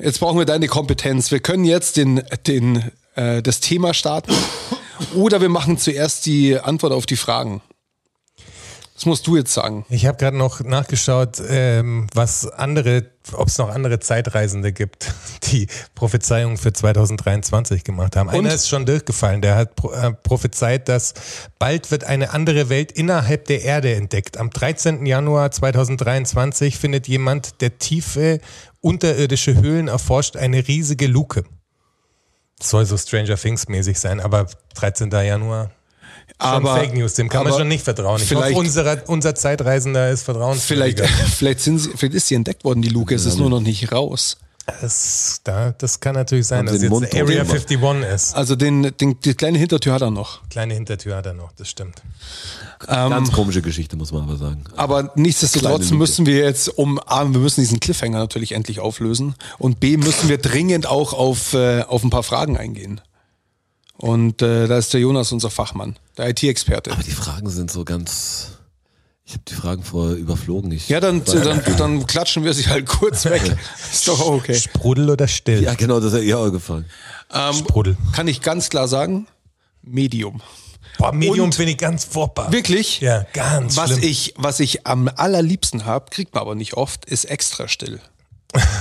S2: jetzt brauchen wir deine Kompetenz. Wir können jetzt den, den, äh, das Thema starten oder wir machen zuerst die Antwort auf die Fragen. Das musst du jetzt sagen.
S4: Ich habe gerade noch nachgeschaut, ähm, was andere, ob es noch andere Zeitreisende gibt, die Prophezeiungen für 2023 gemacht haben. Einer ist schon durchgefallen, der hat pro, äh, prophezeit, dass bald wird eine andere Welt innerhalb der Erde entdeckt. Am 13. Januar 2023 findet jemand, der tiefe unterirdische Höhlen erforscht, eine riesige Luke. Das soll so Stranger Things mäßig sein, aber 13. Januar. Schon
S2: Aber-
S4: Fake News, dem kann man
S2: aber
S4: schon nicht vertrauen. Ich
S2: vielleicht-
S4: hoffe, unser, unser Zeitreisender ist vertrauenswürdig.
S2: Vielleicht, vielleicht, sind sie, vielleicht ist sie entdeckt worden, die Luke. Es ist nur noch nicht raus.
S4: Das, da, das kann natürlich sein,
S3: Haben
S4: dass
S3: sie den
S4: jetzt
S3: Mund tot
S4: Area
S3: gemacht.
S4: 51 ist.
S2: Also den, den, die kleine Hintertür hat er noch.
S4: Kleine Hintertür hat er noch, das stimmt.
S3: Ganz komische Geschichte, muss man aber sagen.
S2: Ähm. Aber
S3: Kleine
S2: nichtsdestotrotz
S3: Luke.
S2: müssen wir jetzt um A, wir müssen diesen Cliffhanger natürlich endlich auflösen und B, müssen wir dringend auch auf, äh, auf ein paar Fragen eingehen. Und äh, da ist der Jonas unser Fachmann, der IT-Experte.
S3: Aber die Fragen sind so ganz. Ich habe die Fragen vorher überflogen. Ich
S2: Ja, dann,
S3: Weil-
S2: dann, dann klatschen wir sie halt kurz weg. Ist doch auch okay.
S4: Sprudel oder still?
S3: Ja, genau, das hat ihr auch gefallen.
S4: Sprudel.
S2: Kann ich ganz klar sagen, Medium.
S4: Boah, Medium
S2: Und-
S4: finde ich ganz furchtbar.
S2: Wirklich?
S4: Ja, ganz
S2: Was
S4: schlimm.
S2: ich, was ich am allerliebsten habe, kriegt man aber nicht oft, ist extra still.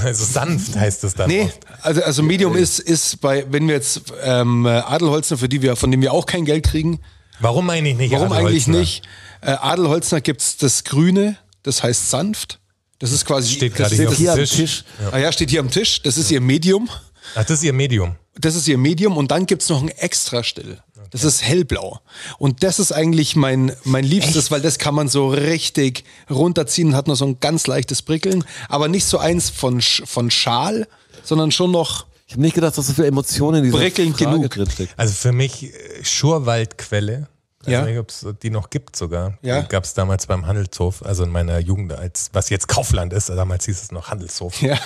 S4: Also sanft heißt es dann.
S2: Nee,
S4: oft.
S2: also, also Medium ist, ist bei, wenn wir jetzt ähm, Adelholzner, für die wir, von dem wir auch kein Geld kriegen,
S4: Warum eigentlich nicht?
S2: warum
S4: Adelholzner?
S2: eigentlich nicht? Äh, Adelholzner gibt's das Grüne, das heißt sanft. Das ist quasi.
S4: Steht
S2: das,
S4: gerade hier
S2: das,
S4: auf
S3: hier
S4: dem
S3: am
S4: Tisch.
S3: Tisch.
S2: Ah ja, steht hier am Tisch. Das ist ihr Medium.
S4: Ach, das ist ihr Medium.
S2: Das ist ihr Medium und dann gibt's noch ein extra Still. Das ist hellblau. Und das ist eigentlich mein, mein Liebstes, weil das kann man so richtig runterziehen, hat nur so ein ganz leichtes Prickeln, aber nicht so eins von, Sch- von Schal, sondern schon noch
S3: Ich habe nicht gedacht, dass so viel Emotionen in dieser
S2: Prickelnd
S3: Frage
S2: genug.
S3: drinsteckt.
S4: Also für mich äh, Schurwaldquelle. Also Ich weiß
S2: Ja.
S4: nicht, ob es die noch gibt sogar.
S2: Ja.
S4: Die gab es damals beim Handelshof, also in meiner Jugend, als was jetzt Kaufland ist. Damals hieß es noch Handelshof.
S2: Ja.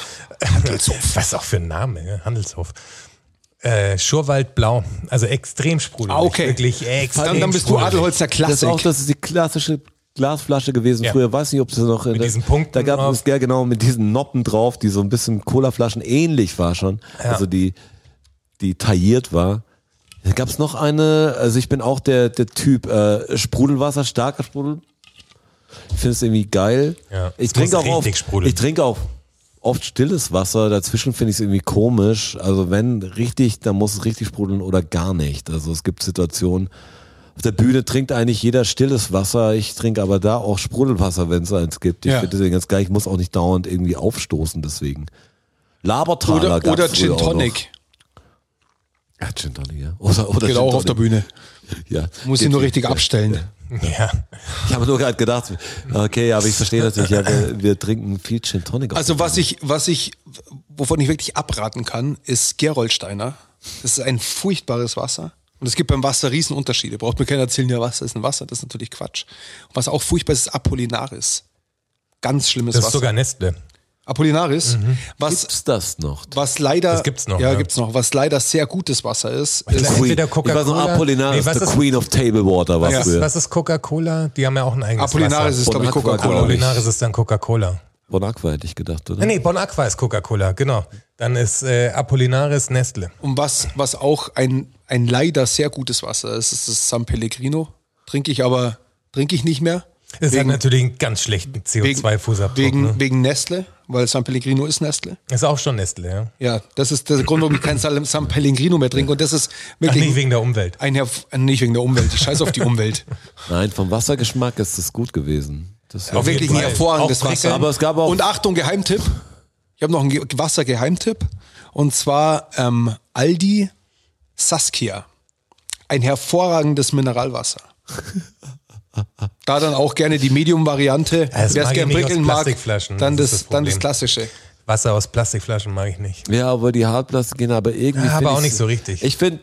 S4: Handelshof. Was auch für ein Name, ja? Handelshof. Äh, Schurwaldblau, also extrem sprudelig.
S2: Ah, okay.
S4: Wirklich extrem
S2: Dann, dann bist du
S4: sprudelig.
S2: Adelholzner
S3: Das ist
S2: Klassik.
S3: auch, das ist die klassische Glasflasche gewesen
S4: Ja.
S3: früher. Weiß nicht, ob das noch in
S4: Mit
S3: der-
S4: diesen Punkten
S3: Da gab es
S4: drauf.
S3: ja genau mit diesen Noppen drauf, die so ein bisschen Colaflaschen ähnlich war schon. Also die die tailliert war. Da gab es noch eine. Also ich bin auch der der Typ äh, Sprudelwasser, starker Sprudel. Ich finde es irgendwie geil.
S4: Ja,
S3: ich
S4: es
S3: trinke
S4: muss
S3: auch oft,
S4: richtig sprudeln.
S3: ich trinke auch oft stilles Wasser. Dazwischen finde ich es irgendwie komisch. Also wenn richtig, dann muss es richtig sprudeln oder gar nicht. Also es gibt Situationen, auf der Bühne trinkt eigentlich jeder stilles Wasser. Ich trinke aber da auch Sprudelwasser, wenn es eins gibt. Ich
S2: Ja.
S3: finde deswegen ganz geil. Ich muss auch nicht dauernd irgendwie aufstoßen deswegen. Labertaler
S2: oder
S3: gab's
S2: oder
S3: früher
S2: Gin
S3: auch noch.
S2: Tonic.
S3: Ja, Gin Tonic, ja. Oder, oder
S2: Geht
S3: Gin
S2: auch auf der
S3: Tonic.
S2: Bühne.
S3: Ja.
S2: Muss sie
S3: Geht-
S2: nur richtig abstellen.
S4: Ja.
S3: Ich habe nur gerade gedacht, okay, aber ich verstehe natürlich, ja, wir, wir trinken viel Gin Tonic.
S2: Also was ich, was ich, wovon ich wirklich abraten kann, ist Geroldsteiner. Das ist ein furchtbares Wasser. Und es gibt beim Wasser Riesenunterschiede. Braucht mir keiner erzählen, ja, Wasser ist ein Wasser. Das ist natürlich Quatsch. Und was auch furchtbar ist, ist Apollinaris. Ganz schlimmes
S4: Das ist
S2: Wasser.
S4: sogar Nestle.
S2: Apollinaris, was,
S3: Gibt's das noch?
S2: was leider,
S4: Das gibt's noch,
S2: ja,
S4: ja.
S2: gibt's noch, was leider sehr gutes Wasser ist,
S4: Ja,
S2: ist
S4: Queen. entweder
S3: ich weiß noch,
S4: Coca-Cola-
S3: Apollinaris,
S4: Nee, was
S3: the
S4: ist-
S3: Queen of Table Water war
S4: Was,
S3: früher.
S4: was ist Coca-Cola? Die haben ja auch ein eigenes
S2: Apollinaris ist,
S4: Wasser.
S2: glaube ich,
S3: Bonn hat
S2: Coca-Cola.
S3: Coca-Cola.
S4: Apollinaris ist dann Coca-Cola. Ah,
S3: Bon Aqua hätte ich gedacht, oder?
S4: Nee, nee, Bon Aqua ist Coca-Cola, genau. Dann ist äh, Apollinaris Nestle.
S2: Und was, was auch ein, ein leider sehr gutes Wasser ist, ist das San Pellegrino. Trinke ich aber, trinke ich nicht mehr.
S4: Es hat
S2: Wegen-
S4: halt natürlich einen ganz schlechten
S2: Wegen,
S4: CO2-Fußabdruck.
S2: wegen,
S4: ne?
S2: wegen Nestle, weil San Pellegrino ist Nestle.
S4: Ist auch schon Nestle, ja.
S2: Ja, das ist der Grund, warum ich kein Sal- San Pellegrino mehr trinke. Und das ist
S4: Ach,
S2: wirklich
S4: nicht wegen der Umwelt.
S2: ein Herv äh, nicht wegen der Umwelt. Ich scheiß auf die Umwelt.
S3: Nein, vom Wassergeschmack ist das gut gewesen. Das
S4: Auf jeden
S2: wirklich ein
S4: Fall.
S2: hervorragendes
S4: Auch
S2: Wasser.
S4: prickelnd.
S3: Aber es gab auch-
S2: Und Achtung, Geheimtipp. Ich habe noch einen Ge- Wassergeheimtipp. Und zwar ähm, Aldi Saskia. Ein hervorragendes Mineralwasser. Da dann auch gerne die Medium-Variante.
S4: das
S2: Wer es
S4: mag ich
S2: gerne
S4: nicht aus
S2: prickeln mag,
S4: Plastikflaschen.
S2: dann das,
S4: Das ist das
S2: dann das
S4: Problem.
S2: Klassische.
S4: Wasser aus Plastikflaschen mag ich nicht.
S3: ja, aber die Hartplastik gehen aber irgendwie.
S4: Ja, aber
S3: find
S4: auch
S3: ich's-
S4: nicht so richtig.
S3: Ich finde,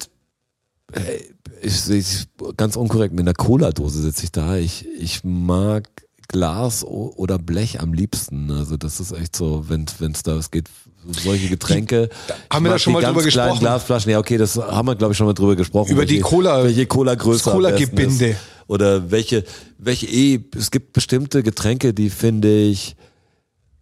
S3: ich, ich, ganz unkorrekt, mit einer Cola-Dose sitze ich da. Ich, ich mag Glas o- oder Blech am liebsten. Also das ist echt so, wenn es da es geht, solche Getränke. Ich
S2: haben wir
S3: mag
S2: da schon
S3: die
S2: mal
S3: ganz
S2: drüber
S3: kleinen
S2: gesprochen?
S3: Glasflaschen, ja okay, das haben wir glaube ich schon mal drüber gesprochen.
S2: Über die
S3: welche-
S2: Cola-
S3: Welche Cola-Größe
S2: das
S3: am besten
S2: Cola-Gebinde.
S3: ist. Oder welche, welche eh, es gibt bestimmte Getränke, die finde ich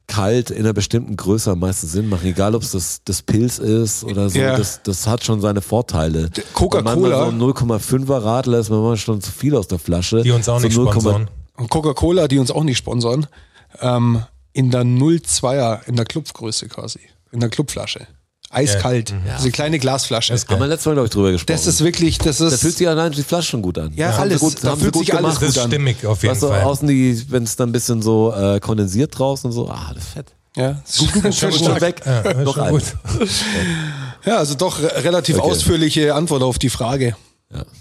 S3: kalt in einer bestimmten Größe am meisten Sinn machen. Egal, ob es das, das Pilz ist oder so.
S2: Ja.
S3: Das, das hat schon seine Vorteile.
S2: Coca-Cola-
S3: Wenn man so ein 0,5er Radler ist, man macht schon zu viel aus der Flasche.
S4: Die uns auch
S3: so
S4: nicht
S3: 0,2
S4: sponsern.
S2: Und Coca-Cola, die uns auch nicht sponsern, ähm, in der 02er, in der Clubgröße quasi. In der Clubflasche. Eiskalt.
S4: Mhm.
S2: Diese kleine Glasflasche. Das,
S3: Haben wir letztes Mal, glaube ich, drüber gesprochen.
S2: ist wirklich, das ist.
S3: da fühlt sich allein die Flasche schon gut an.
S2: Ja,
S3: Das haben sie
S2: alles.
S3: Gut,
S2: Da
S3: haben sie
S2: fühlt
S3: gut
S2: sich alles
S3: gemacht.
S4: Das ist
S2: an.
S4: stimmig auf jeden
S3: Weißt du,
S4: Fall.
S3: außen die, wenn es dann ein bisschen so äh, kondensiert draußen und so, ah, das ist fett.
S2: ja, das ist schon
S3: Schon
S2: stark.
S3: gut weg.
S4: Ja, das ist
S3: Noch
S4: schon
S3: ein.
S4: gut.
S2: ja, also doch re- relativ
S3: Okay.
S2: ausführliche Antwort auf die Frage.
S3: Ja.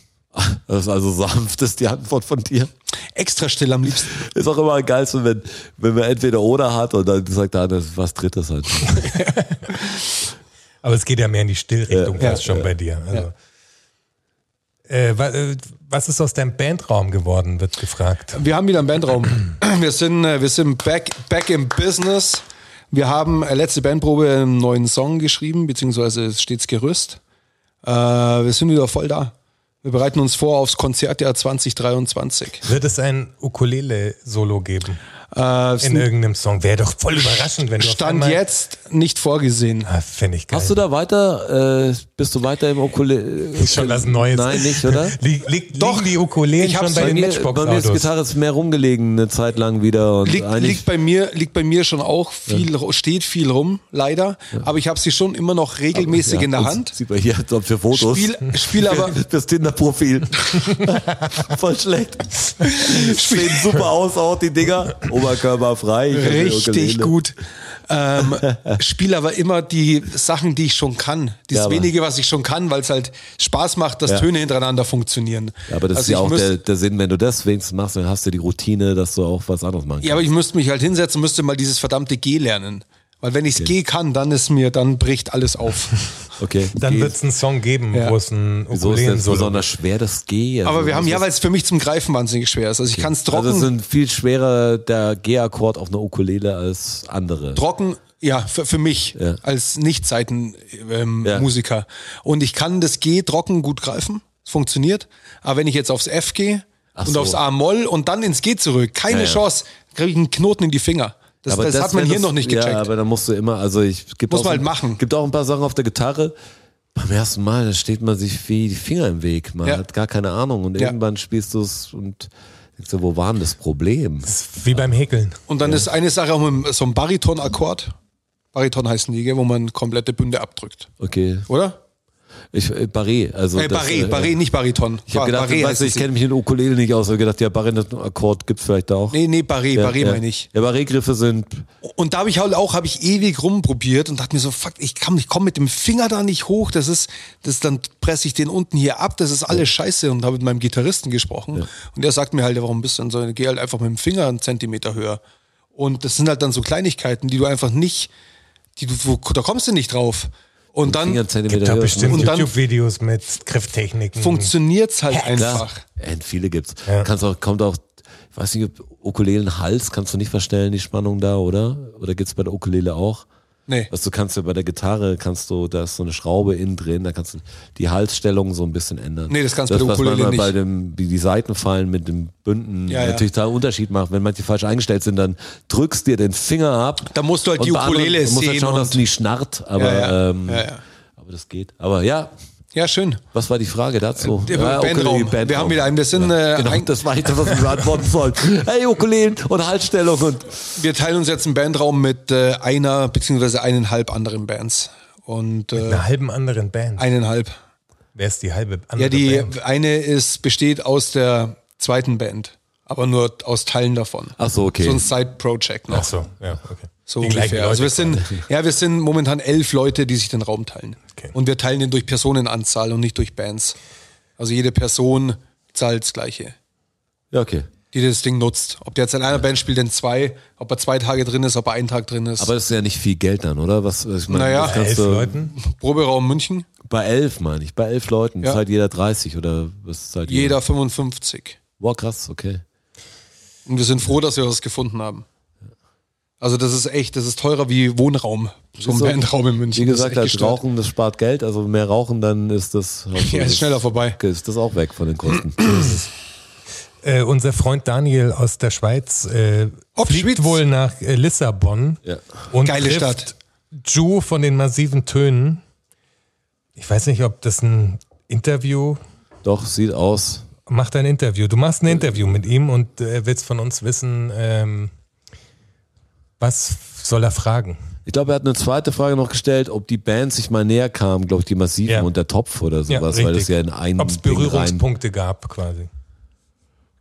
S3: Das ist also sanft, ist die Antwort von dir.
S2: Extra still am liebsten.
S3: Ist auch immer am geilsten, wenn, wenn man entweder oder hat und dann sagt der andere, was drittes halt.
S4: Aber es geht ja mehr in die Stillrichtung
S2: Ja,
S4: fast schon
S2: ja.
S4: bei dir. Also. Äh, wa- äh, was ist aus deinem Bandraum geworden, wird gefragt.
S2: Wir haben wieder einen Bandraum. Wir sind, äh, wir sind back, back in business. Wir haben äh, letzte Bandprobe einen neuen Song geschrieben, beziehungsweise es stehts Gerüst. Äh, wir sind wieder voll da. Wir bereiten uns vor aufs Konzertjahr 2023.
S4: Wird es ein Ukulele-Solo geben
S2: Äh, es
S4: in irgendeinem Song? Wäre doch voll überraschend, wenn du auf
S2: stand
S4: einmal-
S2: jetzt nicht vorgesehen.
S4: Ah, Fände ich geil.
S3: Hast du da weiter, äh, bist du weiter im Äh, Ukulele?
S4: Ist schon was Neues.
S3: Nein, nicht, oder?
S4: Lieg, lieg,
S2: Doch,
S4: liegen die Ukulelen
S2: ich hab's
S4: schon bei
S2: bei
S4: den
S2: mir-
S3: bei mir ist
S4: Matchbox-Autos?
S3: Gitarre ist mehr rumgelegen eine Zeit lang wieder und
S2: Liegt,
S3: eigentlich
S2: liegt, bei mir, liegt bei mir schon auch viel, ru- steht viel rum, leider. Aber ich habe sie schon immer noch regelmäßig
S3: Ja,
S2: in der
S3: und
S2: Hand.
S3: Sieht man hier als ob für Fotos.
S2: Spiel, spiel aber,
S3: das Tinder-Profil. Voll schlecht. Sehen super aus, auch die Dinger. Oberkörper frei. ich hab die
S2: Richtig
S3: Ukulele.
S2: gut. Ähm, spiel aber immer die Sachen, die ich schon kann.
S3: Ja,
S2: Dieses
S3: aber-
S2: wenige, was ich schon kann, weil es halt Spaß macht, dass
S3: Ja.
S2: Töne hintereinander funktionieren.
S3: Aber das
S2: Also
S3: ist ja
S2: ich
S3: auch
S2: müsst-
S3: der, der Sinn, wenn du das wenigstens machst, dann hast du die Routine, dass du auch was anderes machen kannst.
S2: Ja, aber ich müsste mich halt hinsetzen, müsste mal dieses verdammte G lernen. Weil wenn ich's G kann, dann ist mir, dann bricht alles auf.
S3: okay.
S4: Dann
S3: Geh.
S4: wird es einen Song geben,
S2: Ja.
S4: wo es ein
S3: Wieso ist denn
S4: Ukulelen-Solo
S3: besonders schwer das G? Also,
S2: Aber wir haben
S3: das
S2: ja,
S3: ist-
S2: weil es für mich zum Greifen wahnsinnig schwer ist. Also ich kann's trocken,
S3: Also es sind viel schwerer der G-Akkord auf einer Ukulele als andere.
S2: trocken, ja, für, für mich
S3: Ja.
S2: als Nicht-Seiten-Musiker. Ähm,
S3: Ja.
S2: Musiker. Und ich kann das G trocken gut greifen, es funktioniert. Aber wenn ich jetzt aufs F gehe
S3: Ach
S2: und
S3: so.
S2: aufs A-Moll und dann ins G zurück, keine
S3: Ja, ja.
S2: Chance, kriege ich einen Knoten in die Finger. Das, das, hat man
S3: wenn
S2: hier
S3: das-
S2: noch nicht gecheckt.
S3: Ja, aber dann musst du immer, also ich gibt
S2: Muss
S3: auch
S2: man halt
S3: ein-
S2: machen.
S3: Gibt auch ein paar Sachen auf der Gitarre. Beim ersten Mal, da steht man sich wie die Finger im Weg. Man
S2: Ja.
S3: hat gar keine Ahnung. Und
S2: Ja.
S3: irgendwann spielst du es und denkst du, wo war denn das Problem?
S4: ist? Wie beim Häkeln.
S2: Und dann ist eine Sache auch mit so einem Bariton-Akkord. Bariton heißen die, gell, wo man komplette Bünde abdrückt,
S3: Okay.
S2: oder?
S3: Ich, äh, Barret, also.
S2: Äh,
S3: das,
S2: Barret, Barret, nicht Bariton.
S3: Ich habe gedacht,
S2: Barret
S3: weißt, du, ich
S2: heißt es.
S3: kenne mich in Ukulele nicht aus. Ich habe gedacht, ja, Barret-Akkord gibt's vielleicht da auch.
S2: Nee, nee, Barret,
S3: ja,
S2: Barret
S3: ja.
S2: meine ich.
S3: Ja, Barret-Griffe sind,
S2: Und da habe ich halt auch, habe ich ewig rumprobiert und dachte mir so, fuck, ich kann, ich komme mit dem Finger da nicht hoch, das ist, das dann presse ich den unten hier ab, das ist alles scheiße und habe mit meinem Gitarristen gesprochen und der sagt mir halt, ja, warum bist du denn so, geh halt einfach mit dem Finger einen Zentimeter höher. Und das sind halt dann so Kleinigkeiten, die du einfach nicht, die du, wo, da kommst du nicht drauf. Und
S3: Finger
S2: dann
S3: einen Zentimeter
S4: Gibt da
S3: höher.
S4: bestimmt
S2: Und dann-
S4: YouTube-Videos mit Grifftechniken.
S2: funktioniert's halt
S3: Klar.
S2: einfach.
S3: End, Äh, viele gibt's.
S4: Ja.
S3: Kannst auch, kommt auch, ich weiß nicht, ob Ukulelen Hals kannst du nicht verstellen, die Spannung da, oder? Oder geht's bei der Ukulele auch?
S2: Nee.
S3: Also du kannst ja bei der Gitarre, kannst du, da ist so eine Schraube innen drin, da kannst du die Halsstellung so ein bisschen ändern.
S2: Nee, das kannst du
S3: das,
S2: bei der
S3: was
S2: Ukulele
S3: manchmal
S2: nicht.
S3: bei dem, wie die Saiten fallen mit dem Bünden,
S2: Ja, ja.
S3: natürlich da einen Unterschied macht. Wenn manche falsch eingestellt sind, dann drückst dir den Finger ab.
S2: Da musst du halt
S3: Und
S2: die
S3: bei anderen
S2: Ukulele
S3: musst du halt
S2: sehen
S3: schauen, dass
S2: und-
S3: du nicht schnarrt, aber,
S2: Ja, ja.
S3: Ähm,
S2: Ja, ja.
S3: aber das geht. Aber ja,
S2: Ja, schön.
S3: was war die Frage dazu?
S2: Der Bandraum. Wir haben wieder ein bisschen, äh,
S3: genau,
S2: ein-
S3: das war das, was wir beantworten sollen. Hey, Ukulelen und Halsstellung und
S2: Wir teilen uns jetzt einen Bandraum mit äh, einer beziehungsweise eineinhalb anderen Bands. Und äh,
S4: einer halben anderen Band.
S2: eineinhalb.
S4: Wer ist die halbe andere
S2: Ja, die
S4: Band?
S2: eine ist, besteht aus der zweiten Band, aber nur aus Teilen davon.
S3: Ach so, okay.
S2: So ein Side-Project noch.
S4: Ach so, ja, okay.
S2: So
S4: Die gleichen
S2: ungefähr. Also wir sind, ja, wir sind momentan elf Leute, die sich den Raum teilen.
S4: Okay.
S2: Und wir teilen den durch Personenanzahl und nicht durch Bands. Also jede Person zahlt das Gleiche,
S3: ja, okay.
S2: die das Ding nutzt. Ob der jetzt in einer Band spielt, in zwei, ob er zwei Tage drin ist, ob er einen Tag drin ist.
S3: Aber das ist ja nicht viel Geld dann, oder? Was ich meine,
S2: Naja,
S3: das
S4: Elf
S3: kannst du-
S4: Leuten?
S2: Proberaum München,
S3: Bei elf meine ich, bei elf Leuten.
S2: Ja.
S3: Zahlt jeder 30 oder was zahlt
S2: jeder 55.
S3: Wow, krass, okay.
S2: Und wir sind froh, dass wir was gefunden haben. Also das ist echt, das ist teurer wie Wohnraum. So ein
S3: Ist so.
S2: Bandraum in München.
S3: Wie
S2: Das ist
S3: gesagt,
S2: echt
S3: halt,
S2: gestört.
S3: Rauchen, das spart Geld, also mehr Rauchen, dann ist das.
S2: Ja, ist schneller vorbei.
S3: Ist das auch weg von den Kosten.
S4: Äh, unser Freund Daniel aus der Schweiz äh,
S2: Auf
S4: fliegt
S2: Schweiz.
S4: wohl nach äh, Lissabon
S3: Ja.
S4: und
S2: Geile
S4: trifft
S2: Stadt.
S4: Ju von den massiven Tönen. Ich weiß nicht, ob das ein Interview
S3: Doch, sieht aus.
S4: macht ein Interview. Du machst ein Interview mit ihm und äh, willst von uns wissen, ähm, was soll er fragen?
S3: Ich glaube, er hat eine zweite Frage noch gestellt, ob die Band sich mal näher kam, glaube ich, die Massiven
S4: Ja.
S3: und der Topf oder sowas, weil das ja in einem
S4: Ob es
S3: Ding rein.
S4: Berührungspunkte gab, quasi.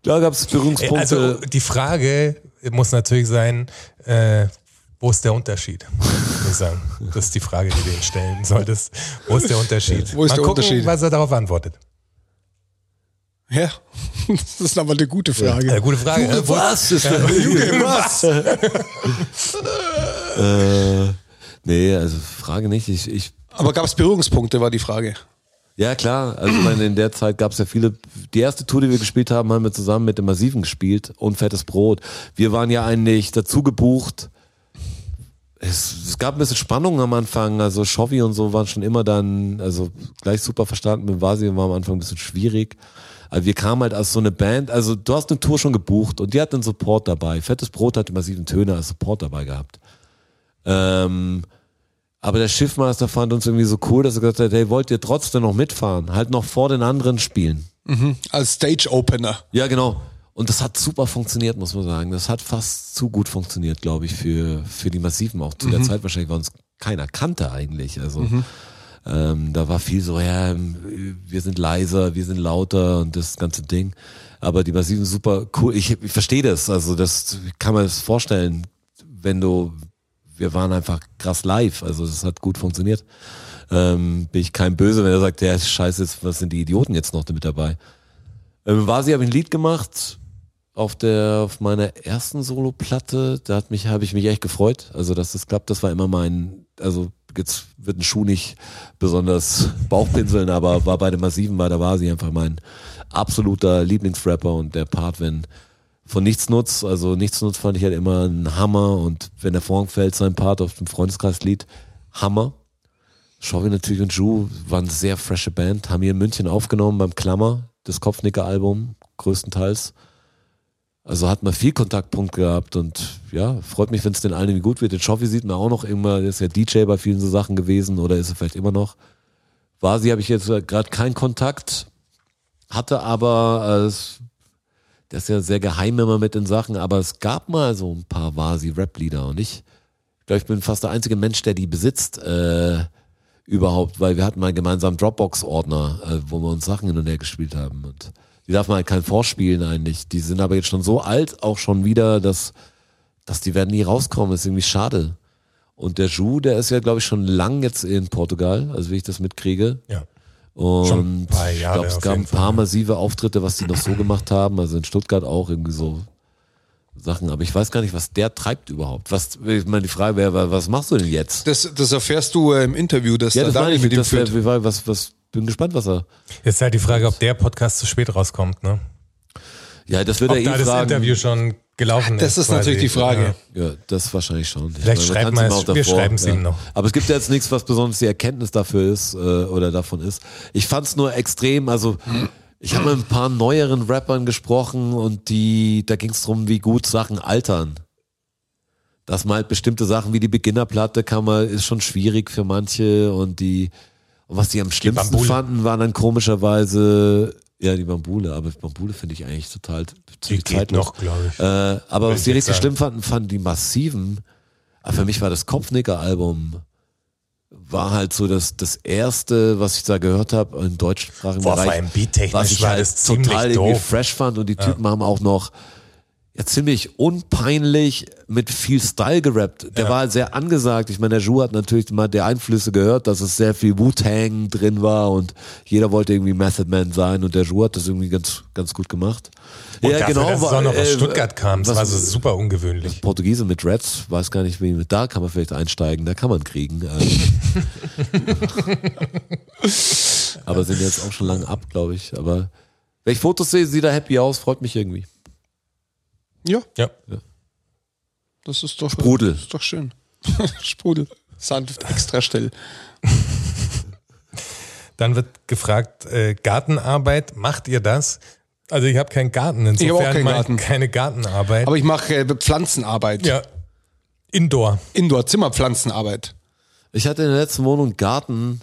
S3: Da gab es
S4: Äh,
S3: Berührungspunkte.
S4: Also die Frage muss natürlich sein, äh, wo ist der Unterschied? Würde ich sagen. Das ist die Frage, die du ihm stellen solltest. Wo ist der Unterschied?
S2: Wo ist
S4: Mal
S2: der
S4: gucken,
S2: Unterschied?
S4: was er darauf antwortet.
S2: Ja, das ist aber eine gute Frage.
S4: Äh, gute Frage. Äh, wo-
S3: was? Ist was? äh, nee, also Frage nicht. Ich, ich
S2: Aber gab es Berührungspunkte, war die Frage.
S3: Ja, klar. Also ich meine, in der Zeit gab's ja viele. Die erste Tour, die wir gespielt haben, haben wir zusammen mit dem Massiven gespielt und Fettes Brot. Wir waren ja eigentlich dazu gebucht. Es, es gab ein bisschen Spannung am Anfang. Also Shovi und so waren schon immer dann, also gleich super verstanden. Mit Vasi war am Anfang ein bisschen schwierig. Aber wir kamen halt als so eine Band. Also du hast eine Tour schon gebucht und die hat einen Support dabei. Fettes Brot hat die Massiven Töne als Support dabei gehabt. Ähm, aber der Schiffmaster fand uns irgendwie so cool, dass er gesagt hat, hey, wollt ihr trotzdem noch mitfahren? Halt noch vor den anderen spielen.
S2: Als Stage-Opener.
S3: Ja, genau. Und das hat super funktioniert, muss man sagen. Das hat fast zu gut funktioniert, glaube ich, für, für die Massiven. Auch zu der Zeit wahrscheinlich, weil uns keiner kannte eigentlich. Also ähm, da war viel so, ja, ähm, wir sind leiser, wir sind lauter und das ganze Ding. Aber die Massiven super cool. Ich, ich verstehe das. Also das kann man es vorstellen, wenn du, wir waren einfach krass live. Also das hat gut funktioniert. Ähm, bin ich kein Böse, wenn er sagt, ja, scheiße, jetzt, was sind die Idioten jetzt noch mit dabei? Ähm, Vasi habe ich ein Lied gemacht auf der auf meiner ersten Solo-Platte. Da hat mich habe ich mich echt gefreut. Also dass das klappt, das war immer mein. Also jetzt wird ein Schuh nicht besonders Bauchpinseln, aber war bei den Massiven war der Vasi einfach mein absoluter Lieblingsrapper und der Part, wenn von Nichtsnutz, also Nichtsnutz fand ich halt immer ein Hammer und wenn der Frank fällt, sein Part auf dem Freundeskreislied, Hammer. Schauwi natürlich und Ju waren eine sehr frische Band, haben hier in München aufgenommen beim Klammer, das Kopfnicker-Album, größtenteils. Also hat man viel Kontaktpunkt gehabt und ja, freut mich, wenn es den allen irgendwie gut wird. Den Schauwi sieht man auch noch immer, der ist ja DJ bei vielen so Sachen gewesen oder ist er vielleicht immer noch. Vasi habe ich jetzt gerade keinen Kontakt, hatte aber, äh, es- der ist ja sehr geheim immer mit den Sachen, aber es gab mal so ein paar Vasi-Rap-Lieder und ich, ich glaube, ich bin fast der einzige Mensch, der die besitzt. Äh, überhaupt, weil wir hatten mal gemeinsam Dropbox-Ordner, äh, wo wir uns Sachen hin und her gespielt haben. Und die darf man halt kein vorspielen eigentlich. Die sind aber jetzt schon so alt auch schon wieder, dass, dass die werden nie rauskommen. Das ist irgendwie schade. Und der Ju, der ist ja, glaube ich, schon lang jetzt in Portugal, also wie ich das mitkriege.
S4: Ja.
S3: Und
S4: Schon ein paar Jahre
S3: ich glaube, es
S4: auf
S3: gab ein
S4: jeden Fall,
S3: paar
S4: ja.
S3: massive Auftritte, was die noch so gemacht haben. Also in Stuttgart auch irgendwie so Sachen. Aber ich weiß gar nicht, was der treibt überhaupt. Was, ich meine, die Frage wäre, wa- was machst du denn jetzt?
S2: Das, das erfährst du äh, im Interview, das
S3: Ja,
S2: da
S3: das meine
S2: Daniel
S3: ich.
S2: mit ihm
S3: Das
S2: führt.
S3: wär, weil, was, was, bin gespannt, was er.
S4: Jetzt ist halt die Frage, ob der Podcast zu spät rauskommt, ne?
S3: Ja, das wird
S4: Ob
S3: er eh
S4: da das
S3: fragen.
S4: Interview schon gelaufen ist.
S2: Das ist natürlich die Frage.
S4: Ja.
S3: Ja, das wahrscheinlich schon. Ich
S4: Vielleicht schreibt
S3: kann's
S4: man
S3: ihm
S4: es- wir schreiben's ihm noch.
S3: Aber es gibt ja jetzt nichts, was besonders die Erkenntnis dafür ist äh, oder davon ist. Ich fand's nur extrem, also ich habe mit ein paar neueren Rappern gesprochen und die, da ging's drum, wie gut Sachen altern. Dass man halt bestimmte Sachen wie die Beginnerplatte kann man, ist schon schwierig für manche und die, und was die am schlimmsten
S4: Bambule.
S3: fanden, waren dann komischerweise, ja, die Bambule, aber Bambule finde ich eigentlich total
S4: Die
S3: ziemlich
S4: geht
S3: zeitlos.
S4: noch, glaube ich.
S3: Äh, aber was
S4: ich
S3: die
S4: jetzt
S3: richtig
S4: sagen.
S3: schlimm fanden, fanden die massiven. Aber für mich war das Kopfnicker-Album war halt so das, das erste, was ich da gehört habe im deutschsprachigen
S4: Boah, vor
S3: Bereich.
S4: allem beattechnisch
S3: was ich
S4: war
S3: halt
S4: das ziemlich
S3: total irgendwie
S4: doof.
S3: fresh fand und die Typen haben auch noch ja, ziemlich unpeinlich mit viel Style gerappt. Der war halt sehr angesagt. Ich meine, der Ju hat natürlich mal der Einflüsse gehört, dass es sehr viel Wu-Tang drin war und jeder wollte irgendwie Method Man sein und der Ju hat das irgendwie ganz, ganz gut gemacht.
S4: Und dafür, dass es
S3: war-
S4: auch noch aus
S3: äh,
S4: Stuttgart kam. Das
S3: was-
S4: war so super ungewöhnlich.
S3: Portugiese mit Reds, weiß gar nicht, wie da kann man vielleicht einsteigen, da kann man kriegen. äh. Ähm. Aber sind jetzt auch schon lange ab, glaube ich. Aber wenn ich Fotos sehe, sieht er happy aus, freut mich irgendwie.
S2: Ja,
S4: Ja.
S2: das ist doch,
S3: Sprudel.
S2: Ist doch schön. Sprudel. Sanft, extra still.
S4: Dann wird gefragt, äh, Gartenarbeit, macht ihr das? Also ich habe keinen Garten, insofern
S2: hab auch keinen
S4: mache ich
S2: Garten.
S4: keine Gartenarbeit.
S2: Aber ich mache äh, Pflanzenarbeit.
S4: ja, Indoor.
S2: Indoor-Zimmer-Pflanzenarbeit.
S3: Ich hatte in der letzten Wohnung einen Garten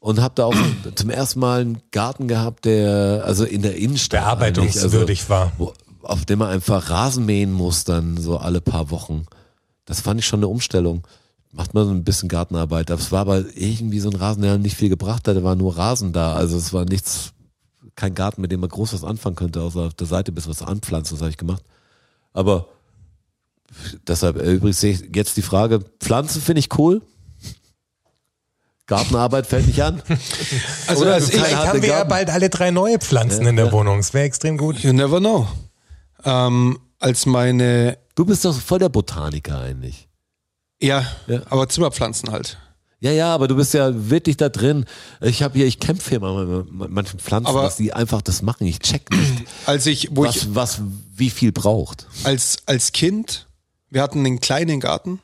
S3: und habe da auch zum ersten Mal einen Garten gehabt, der, also in der Innenstadt. eigentlich, also
S4: Bearbeitungswürdig war.
S3: wo, auf dem man einfach Rasen mähen muss, dann so alle paar Wochen. Das fand ich schon eine Umstellung. Macht man so ein bisschen Gartenarbeit. Das war aber irgendwie so ein Rasen, der nicht viel gebracht hat. Da war nur Rasen da. Also es war nichts, kein Garten, mit dem man groß was anfangen könnte, außer auf der Seite ein bisschen was anpflanzen. Das habe ich gemacht. Aber deshalb, äh, übrigens sehe ich jetzt die Frage, Pflanzen finde ich cool. Gartenarbeit fällt nicht an.
S2: Also
S3: Oder
S2: als ich,
S3: du Keiner
S4: Vielleicht
S3: hat
S4: haben
S3: einen
S4: wir ja
S3: Garten.
S4: bald alle drei neue Pflanzen in der Wohnung. Es wäre extrem gut.
S2: you never know. Ähm, als meine,
S3: Du bist doch voll der Botaniker eigentlich.
S2: ja,
S3: Ja.
S2: aber Zimmerpflanzen halt.
S3: Ja, ja, aber du bist ja wirklich da drin. Ich habe hier, ich kämpfe hier mal mit manchen Pflanzen,
S2: Aber-
S3: dass die einfach das machen. Ich check nicht,
S2: Als ich, wo ich
S3: was, was wie viel braucht.
S2: als, als Kind, wir hatten einen kleinen Garten,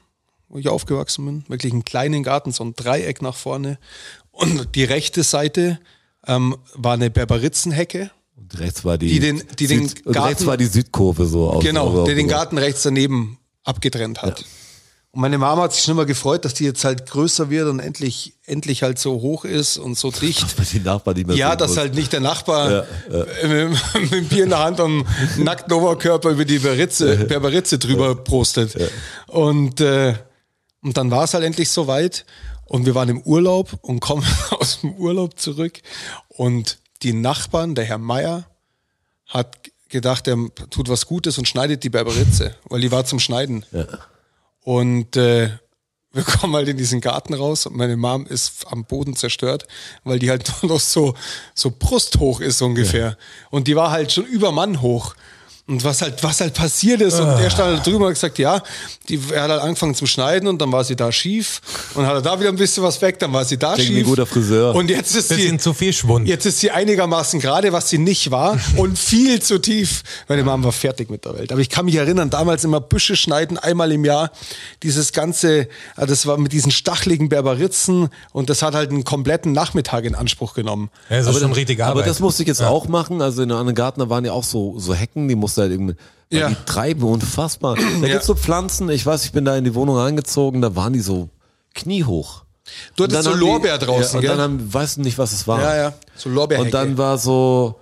S2: wo ich aufgewachsen bin, wirklich einen kleinen Garten, so ein Dreieck nach vorne. Und die rechte Seite ähm, war eine Berberitzenhecke.
S3: Und rechts war die,
S2: Die den- die den
S3: Süd, und rechts
S2: Garten-
S3: war die Südkurve so aus.
S2: Genau,
S3: aus-
S2: der den
S3: aus-
S2: Garten rechts daneben abgetrennt hat. Und meine Mama hat sich schon immer gefreut, dass die jetzt halt größer wird und endlich, endlich halt so hoch ist und so dicht.
S3: Die Nachbarn, die man
S2: Ja,
S3: sehen
S2: dass
S3: muss.
S2: halt nicht der Nachbar äh, Mit, mit dem Bier in der Hand am nackten Oberkörper über die Beritze, Berberitze drüber prostet. Und, äh, und dann war es halt endlich soweit und wir waren im Urlaub und kommen aus dem Urlaub zurück und die Nachbarn, der Herr Meier, hat gedacht, er tut was Gutes und schneidet die Berberitze, weil die war zum Schneiden. Und äh, wir kommen halt in diesen Garten raus und meine Mom ist am Boden zerstört, weil die halt nur noch so, so brusthoch ist ungefähr. Und die war halt schon über Mann hoch. Und was halt, was halt passiert ist. Und
S3: Ah.
S2: der stand halt drüber und hat gesagt, ja, die, er hat halt angefangen zum Schneiden und dann war sie da schief. Und hat er da wieder ein bisschen was weg, dann war sie da
S3: Klingt wie
S2: schief.
S3: ein guter Friseur.
S2: Und jetzt ist sie,
S4: Bisschen zu viel Schwund.
S2: Jetzt ist sie einigermaßen gerade, was sie nicht war und viel zu tief. Meine Mom war fertig mit der Welt. Aber ich kann mich erinnern, damals immer Büsche schneiden, einmal im Jahr. Dieses ganze, ah, das war mit diesen stacheligen Berberitzen und das hat halt einen kompletten Nachmittag in Anspruch genommen.
S4: Ja, das ist schon richtige Arbeit.
S3: Aber das musste ich jetzt auch machen. Also in einem anderen Garten, da waren ja auch so, so Hecken, die musste halt irgendwie, weil
S2: Ja.
S3: die treiben unfassbar. Da gibt's so Pflanzen, ich weiß, ich bin da in die Wohnung eingezogen, da waren die so kniehoch.
S2: Du
S3: Und
S2: hattest so
S3: haben die-
S2: Lorbeer draußen,
S3: ja, und
S2: gell?
S3: dann haben, weiß nicht, was es war.
S2: ja, ja, so Lorbeerhecke.
S3: Und dann war so,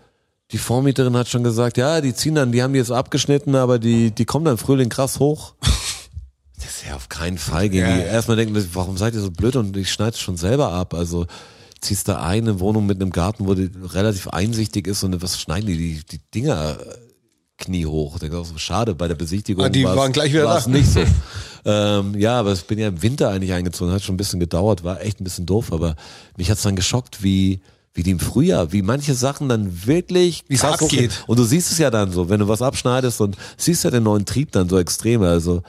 S3: die Vormieterin hat schon gesagt, ja, die ziehen dann, die haben die jetzt abgeschnitten, aber die, die kommen dann Frühling krass hoch. Das ist ja Ja, auf keinen Fall gegen die. Erstmal denken, wir, warum seid ihr so blöd und ich schneide schon selber ab. Also ziehst da eine Wohnung mit einem Garten, wo die relativ einsichtig ist und was schneiden die? Die, die Dinger äh, kniehoch. Denk auch so, schade, bei der Besichtigung
S2: Ah, die
S3: war's-
S2: waren gleich wieder
S3: war's
S2: da.
S3: nicht so. ähm, ja, aber ich bin ja im Winter eigentlich eingezogen, hat schon ein bisschen gedauert, war echt ein bisschen doof, aber mich hat's dann geschockt, wie wie die im Frühjahr, wie manche Sachen dann wirklich
S2: Wie's
S3: krass
S2: abgeht.
S3: hochgehen. Und du siehst es ja dann so, wenn du was abschneidest und siehst ja den neuen Trieb dann so extrem. Also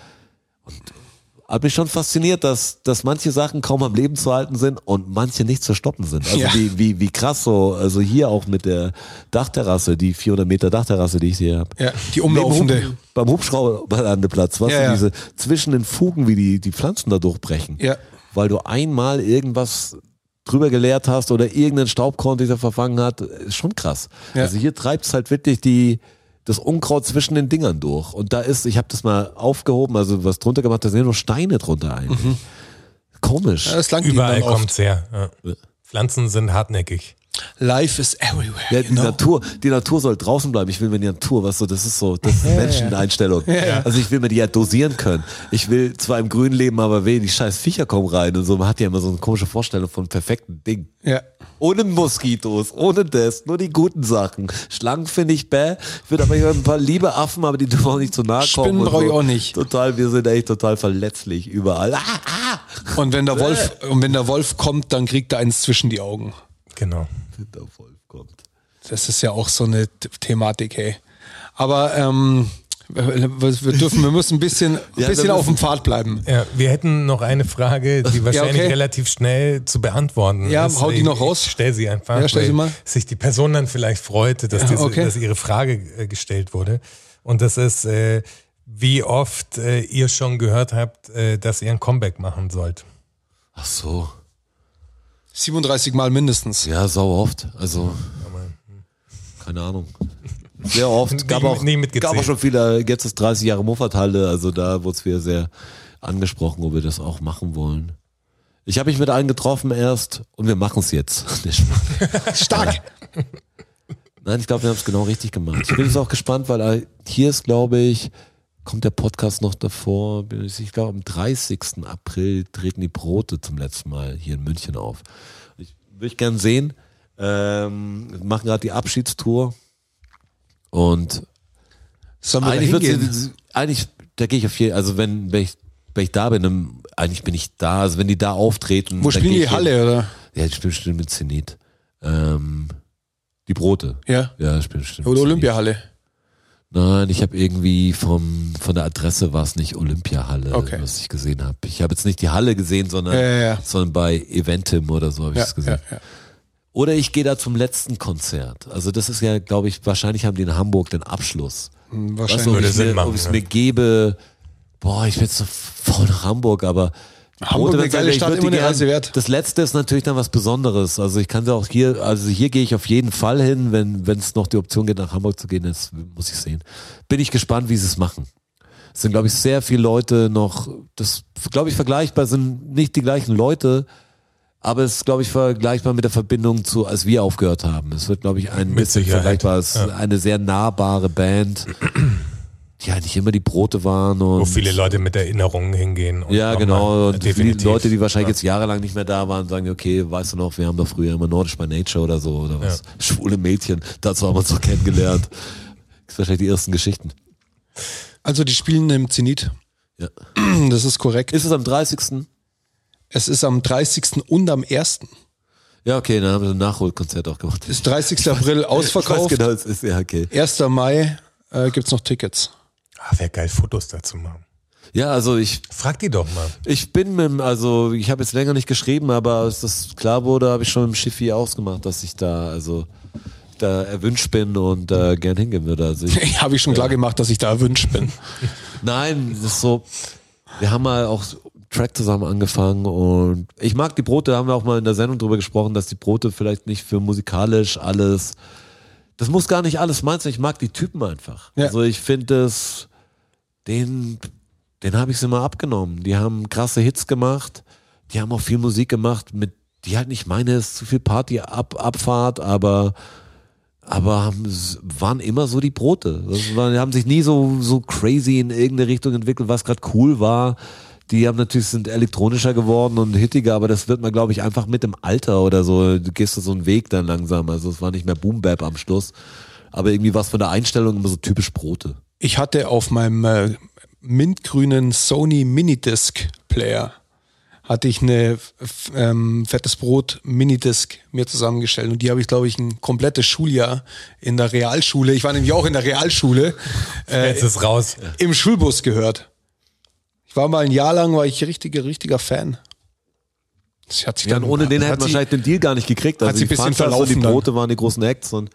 S3: hat mich schon fasziniert, dass, dass manche Sachen kaum am Leben zu halten sind und manche nicht zu stoppen sind. Also
S2: Ja.
S3: wie, wie, wie krass so, also hier auch mit der Dachterrasse, die 400 Meter Dachterrasse, die ich hier habe.
S2: Ja, die umlaufende.
S3: Neben Hub- Beim Hubschrauberlandeplatz, was
S2: Ja,
S3: sind
S2: ja.
S3: diese zwischen den Fugen, wie die, die Pflanzen da durchbrechen.
S2: Ja.
S3: Weil du einmal irgendwas drüber geleert hast oder irgendeinen Staubkorn, der verfangen hat, ist schon krass.
S2: Ja.
S3: Also hier treibt's halt wirklich die das Unkraut zwischen den Dingern durch. Und da ist, ich habe das mal aufgehoben, also was drunter gemacht, da sind ja nur Steine drunter eigentlich. Komisch.
S2: Mhm. Ja, das langt ihnen
S4: Überall
S2: dann oft.
S4: kommt's her. Ja. Pflanzen sind hartnäckig.
S2: Life is everywhere.
S3: Ja, die
S2: you know?
S3: Natur, die Natur soll draußen bleiben. Ich will mir die Natur, was so, das ist so, das ist Menscheneinstellung. Also ich will mir die ja dosieren können. Ich will zwar im Grün leben, aber weh, die scheiß Viecher kommen rein und so. Man hat ja immer so eine komische Vorstellung von perfekten Ding.
S2: Ja.
S3: Ohne Moskitos, ohne das, nur die guten Sachen. Schlangen finde ich bäh. Ich würde aber hier ein paar liebe Affen, aber die dürfen auch nicht zu nahe kommen.
S2: Spinnen
S3: und
S2: brauche ich
S3: so.
S2: auch nicht.
S3: Total, wir sind echt total verletzlich überall. Ah, ah.
S2: Und wenn der Wolf, und wenn der Wolf kommt, dann kriegt er eins zwischen die Augen.
S4: Genau.
S3: Der Wolf kommt.
S2: Das ist ja auch so eine T- Thematik, hey. Aber ähm, wir wir dürfen, wir müssen ein bisschen, ein
S3: wir
S2: bisschen auf dem
S3: müssen-
S2: Pfad bleiben.
S4: Ja, wir hätten noch eine Frage, die wahrscheinlich
S2: okay.
S4: relativ schnell zu beantworten
S2: Ja,
S4: ist.
S2: hau die
S4: Ich-
S2: noch raus.
S4: ich Stell sie einfach,
S2: Ja, stell sie
S4: weil
S2: mal.
S4: sich die Person dann vielleicht freut, dass,
S2: Ja,
S4: diese,
S2: okay.
S4: dass ihre Frage äh, gestellt wurde. Und das ist, äh, wie oft äh, ihr schon gehört habt, äh, dass ihr ein Comeback machen sollt.
S3: Ach so.
S2: 37 Mal mindestens.
S3: Ja, sau oft. Also, keine Ahnung. Sehr
S4: Nie-
S3: oft. Gab auch,
S4: nie mitgezählt.
S3: gab auch schon viele, jetzt ist 30 Jahre Moffathalle, also da wurde es wieder sehr angesprochen, ob wir das auch machen wollen. Ich habe mich mit allen getroffen erst und wir machen es jetzt. Nee, Spaß.
S2: Stark.
S3: Nein, ich glaube, wir haben es genau richtig gemacht. Ich bin jetzt auch gespannt, weil äh, hier ist, glaube ich, kommt der Podcast noch davor. Bin Ich ich glaube, am 30. April treten die Brote zum letzten Mal hier in München auf. Ich würde ich gern sehen. Ähm, wir machen gerade die Abschiedstour. Und
S2: Sollen wir da
S3: eigentlich,
S2: hingehen?
S3: wird's- eigentlich, da gehe ich auf jeden also wenn, wenn ich wenn ich da bin, dann, eigentlich bin ich da. Also wenn die da auftreten,
S2: Wo
S3: dann
S2: spielen
S3: geh
S2: die
S3: ich hin.
S2: Halle, oder?
S3: Ja, ich spiele bestimmt mit Zenit. Ähm, die Brote.
S2: Ja.
S3: Ja, ich bin bestimmt.
S2: Oder
S3: Zenit.
S2: Olympiahalle.
S3: Nein, ich habe irgendwie vom von der Adresse war es nicht Olympiahalle,
S2: Okay.
S3: was ich gesehen habe. Ich habe jetzt nicht die Halle gesehen, sondern,
S2: Ja, ja, ja.
S3: sondern bei Eventim oder so habe ich
S2: Ja,
S3: es gesehen.
S2: ja, ja.
S3: Oder ich gehe da zum letzten Konzert. Also das ist ja, glaube ich, wahrscheinlich haben die in Hamburg den Abschluss.
S2: Hm,
S3: Weißt
S2: Wahrscheinlich.
S3: du, ob
S4: Würde
S3: ich
S4: Sinn
S3: mir,
S4: machen,
S3: ob ich's
S4: ja.
S3: mir gebe, boah, ich bin jetzt so voll nach Hamburg, aber
S2: Hamburg,
S3: Rote
S2: eine
S3: Welt,
S2: geile
S3: ich
S2: Stadt,
S3: würd die
S2: immer eine
S3: gern-
S2: Reise wert.
S3: Das letzte ist natürlich dann was Besonderes. Also ich kann ja auch hier, also hier gehe ich auf jeden Fall hin, wenn wenn es noch die Option gibt, nach Hamburg zu gehen, das muss ich sehen. Bin ich gespannt, wie sie es machen. Es sind, glaube ich, sehr viele Leute noch, das, glaube ich, vergleichbar sind nicht die gleichen Leute, aber es ist, glaube ich, vergleichbar mit der Verbindung zu, als wir aufgehört haben. Es wird, glaube ich, ein
S4: Mit
S3: bisschen
S4: Sicherheit.
S3: vergleichbar. Es ist eine sehr nahbare Band, die eigentlich immer die Brote waren und
S4: Wo viele Leute mit Erinnerungen hingehen. und
S3: ja,
S4: nochmal-
S3: genau. Und viele
S4: definitiv.
S3: Leute, die wahrscheinlich jetzt jahrelang nicht mehr da waren, sagen, okay, weißt du noch, wir haben doch früher immer Nordisch by Nature oder so oder was. Schwule Mädchen, dazu haben wir uns doch kennengelernt. Das ist wahrscheinlich die ersten Geschichten.
S2: Also die spielen im Zenit.
S3: Ja.
S2: Das ist korrekt.
S3: Ist es am 30.?
S2: Es ist am 30. und am 1.
S3: Ja, okay, dann haben wir so ein Nachholkonzert auch gemacht.
S2: Ist 30. April
S3: Ich weiß
S2: ausverkauft.
S3: genau, es ist, ja, okay.
S2: 1. Mai äh, gibt's noch Tickets.
S4: Ah, Wäre geil, Fotos dazu machen.
S3: Ja, also ich
S4: Frag die doch mal.
S3: Ich bin mit, dem- also ich habe jetzt länger nicht geschrieben, aber als das klar wurde, habe ich schon im Schiffi ausgemacht, dass ich da, also da erwünscht bin und äh, gern hingehen würde. Also ich,
S2: Habe ich schon klar gemacht, dass ich da erwünscht bin.
S3: nein, das ist so, wir haben mal auch einen Track zusammen angefangen und ich mag die Brote, da haben wir auch mal in der Sendung drüber gesprochen, dass die Brote vielleicht nicht für musikalisch alles, das muss gar nicht alles meins sein, ich mag die Typen einfach.
S2: Ja.
S3: Also ich finde es, den, den habe ich sie mal abgenommen. Die haben krasse Hits gemacht, die haben auch viel Musik gemacht, mit die halt nicht meine ist, zu viel Party ab, Abfahrt, aber aber haben, s- waren immer so die Brote. Das waren, die haben sich nie so so crazy in irgendeine Richtung entwickelt, was gerade cool war. die haben natürlich sind elektronischer geworden und hittiger, aber das wird man, glaube ich, einfach mit dem Alter oder so. Du gehst so einen Weg dann langsam. Also es war nicht mehr Boom Bap am Schluss. Aber irgendwie war es von der Einstellung immer so typisch Brote.
S2: Ich hatte auf meinem äh, mintgrünen Sony Minidisc Player hatte ich eine f- ähm, fettes Brot Minidisc mir zusammengestellt und die habe ich glaube ich ein komplettes Schuljahr in der Realschule. Ich war nämlich auch in der Realschule äh,
S4: Jetzt ist raus.
S2: im Schulbus gehört. Ich war mal ein Jahr lang war ich richtiger richtiger Fan. Das hat sich
S3: Dann ohne den hätten wir
S2: hat sich,
S3: wahrscheinlich den Deal gar nicht gekriegt.
S2: hat sie ein bisschen
S3: Fanta und
S2: verlaufen
S3: die
S2: dann.
S3: Brote waren die großen Acts und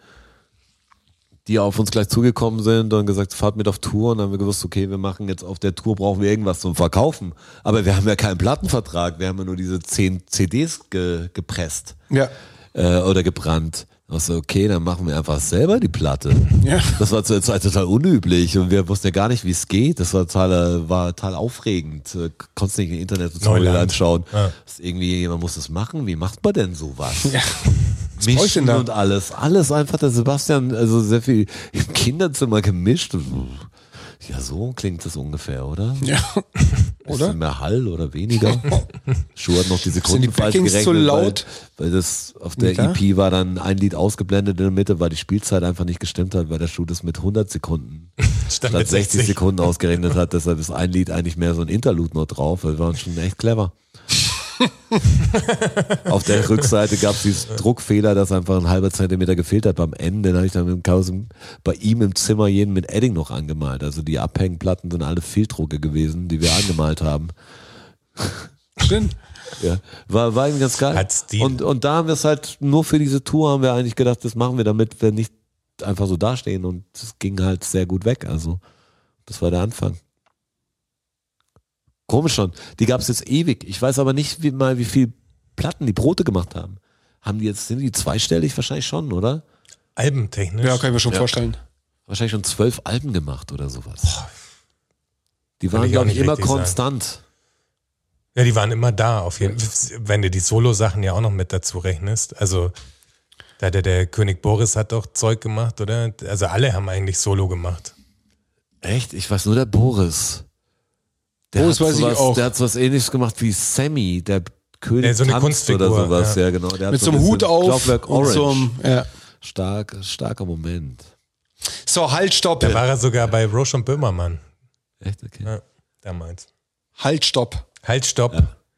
S3: die auf uns gleich zugekommen sind und gesagt, fahrt mit auf Tour und dann haben wir gewusst, okay, wir machen jetzt auf der Tour, brauchen wir irgendwas zum Verkaufen. Aber wir haben ja keinen Plattenvertrag, wir haben ja nur diese 10 CDs ge gepresst
S2: ja.
S3: äh, oder gebrannt. Also okay, dann machen wir einfach selber die Platte.
S2: Ja.
S3: Das war zu der Zeit total unüblich und wir wussten ja gar nicht, wie es geht. Das war total, äh, war total aufregend. Äh, Konntest nicht im Internet und
S4: Neuland.
S3: Neuland anschauen.
S4: Ja.
S3: Das ist irgendwie, man muss das machen. Wie macht man denn sowas? Ja.
S2: brauch ich denn
S3: Mischen
S2: da?
S3: und alles. Alles einfach der Sebastian, also sehr viel im Kinderzimmer gemischt. Ja, so klingt das ungefähr, oder?
S2: Ja. Oder?
S3: Bisschen mehr Hall oder weniger. Schuh hat noch die
S2: Sind die
S3: Sekunden falsch
S2: Backings
S3: gerechnet,
S2: zu laut?
S3: Weil, weil das auf der
S2: Ja.
S3: EP war dann ein Lied ausgeblendet in der Mitte, weil die Spielzeit einfach nicht gestimmt hat, weil der Schuh das mit 100 Sekunden
S4: Statt
S3: statt
S4: mit
S3: 60
S4: 60.
S3: Sekunden ausgerechnet hat. Deshalb ist ein Lied eigentlich mehr so ein Interlude noch drauf, weil wir waren schon echt clever. auf der Rückseite gab es diesen Druckfehler, dass einfach ein halber Zentimeter gefehlt hat beim Ende. Den habe ich dann mit dem Chaos im- bei ihm im Zimmer jeden mit Edding noch angemalt. Also die Abhängplatten sind alle Fehldrucke gewesen, die wir angemalt haben.
S2: Schön.
S3: Ja, war, war eigentlich ganz geil.
S4: Hat Stil.
S3: Und, und da haben wir es halt nur für diese Tour haben wir eigentlich gedacht, das machen wir, damit wir nicht einfach so dastehen und es ging halt sehr gut weg. Also, das war der Anfang. Komisch schon. Die gab es jetzt ewig. Ich weiß aber nicht wie, mal, wie viel Platten die Brote gemacht haben. Haben die jetzt, sind die zweistellig wahrscheinlich schon, oder?
S4: Albentechnisch.
S2: Ja, kann ich mir schon vorstellen.
S3: Wahrscheinlich schon zwölf Alben gemacht oder sowas. Die
S4: Kann
S3: waren,
S4: ich auch
S3: glaube ich,
S4: nicht
S3: immer
S4: richtig sagen.
S3: konstant.
S4: Ja, die waren immer da, auf jeden Fall. Wenn du die Solo-Sachen ja auch noch mit dazu rechnest. Also, da der, der König Boris hat doch Zeug gemacht, oder? Also, alle haben eigentlich Solo gemacht.
S3: Echt? Ich weiß nur der Boris.
S2: Boris weiß ich
S3: sowas,
S2: auch.
S3: Der hat sowas ähnliches gemacht wie Sammy, der König
S4: Ja, so eine
S3: tanzt
S4: Kunstfigur,
S3: oder sowas.
S4: ja.
S3: Ja, genau. Der hat
S2: Mit so
S3: ein
S2: einem Hut
S3: bisschen
S2: auf
S3: Clockwork
S2: und
S3: Orange.
S2: so einem, ja.
S3: Stark, starker Moment.
S2: So, halt, stopp.
S4: Da war er sogar bei Roche und Böhmermann.
S3: Echt? Okay.
S4: Ja, damals.
S2: Halt, stopp.
S4: Halt, stopp.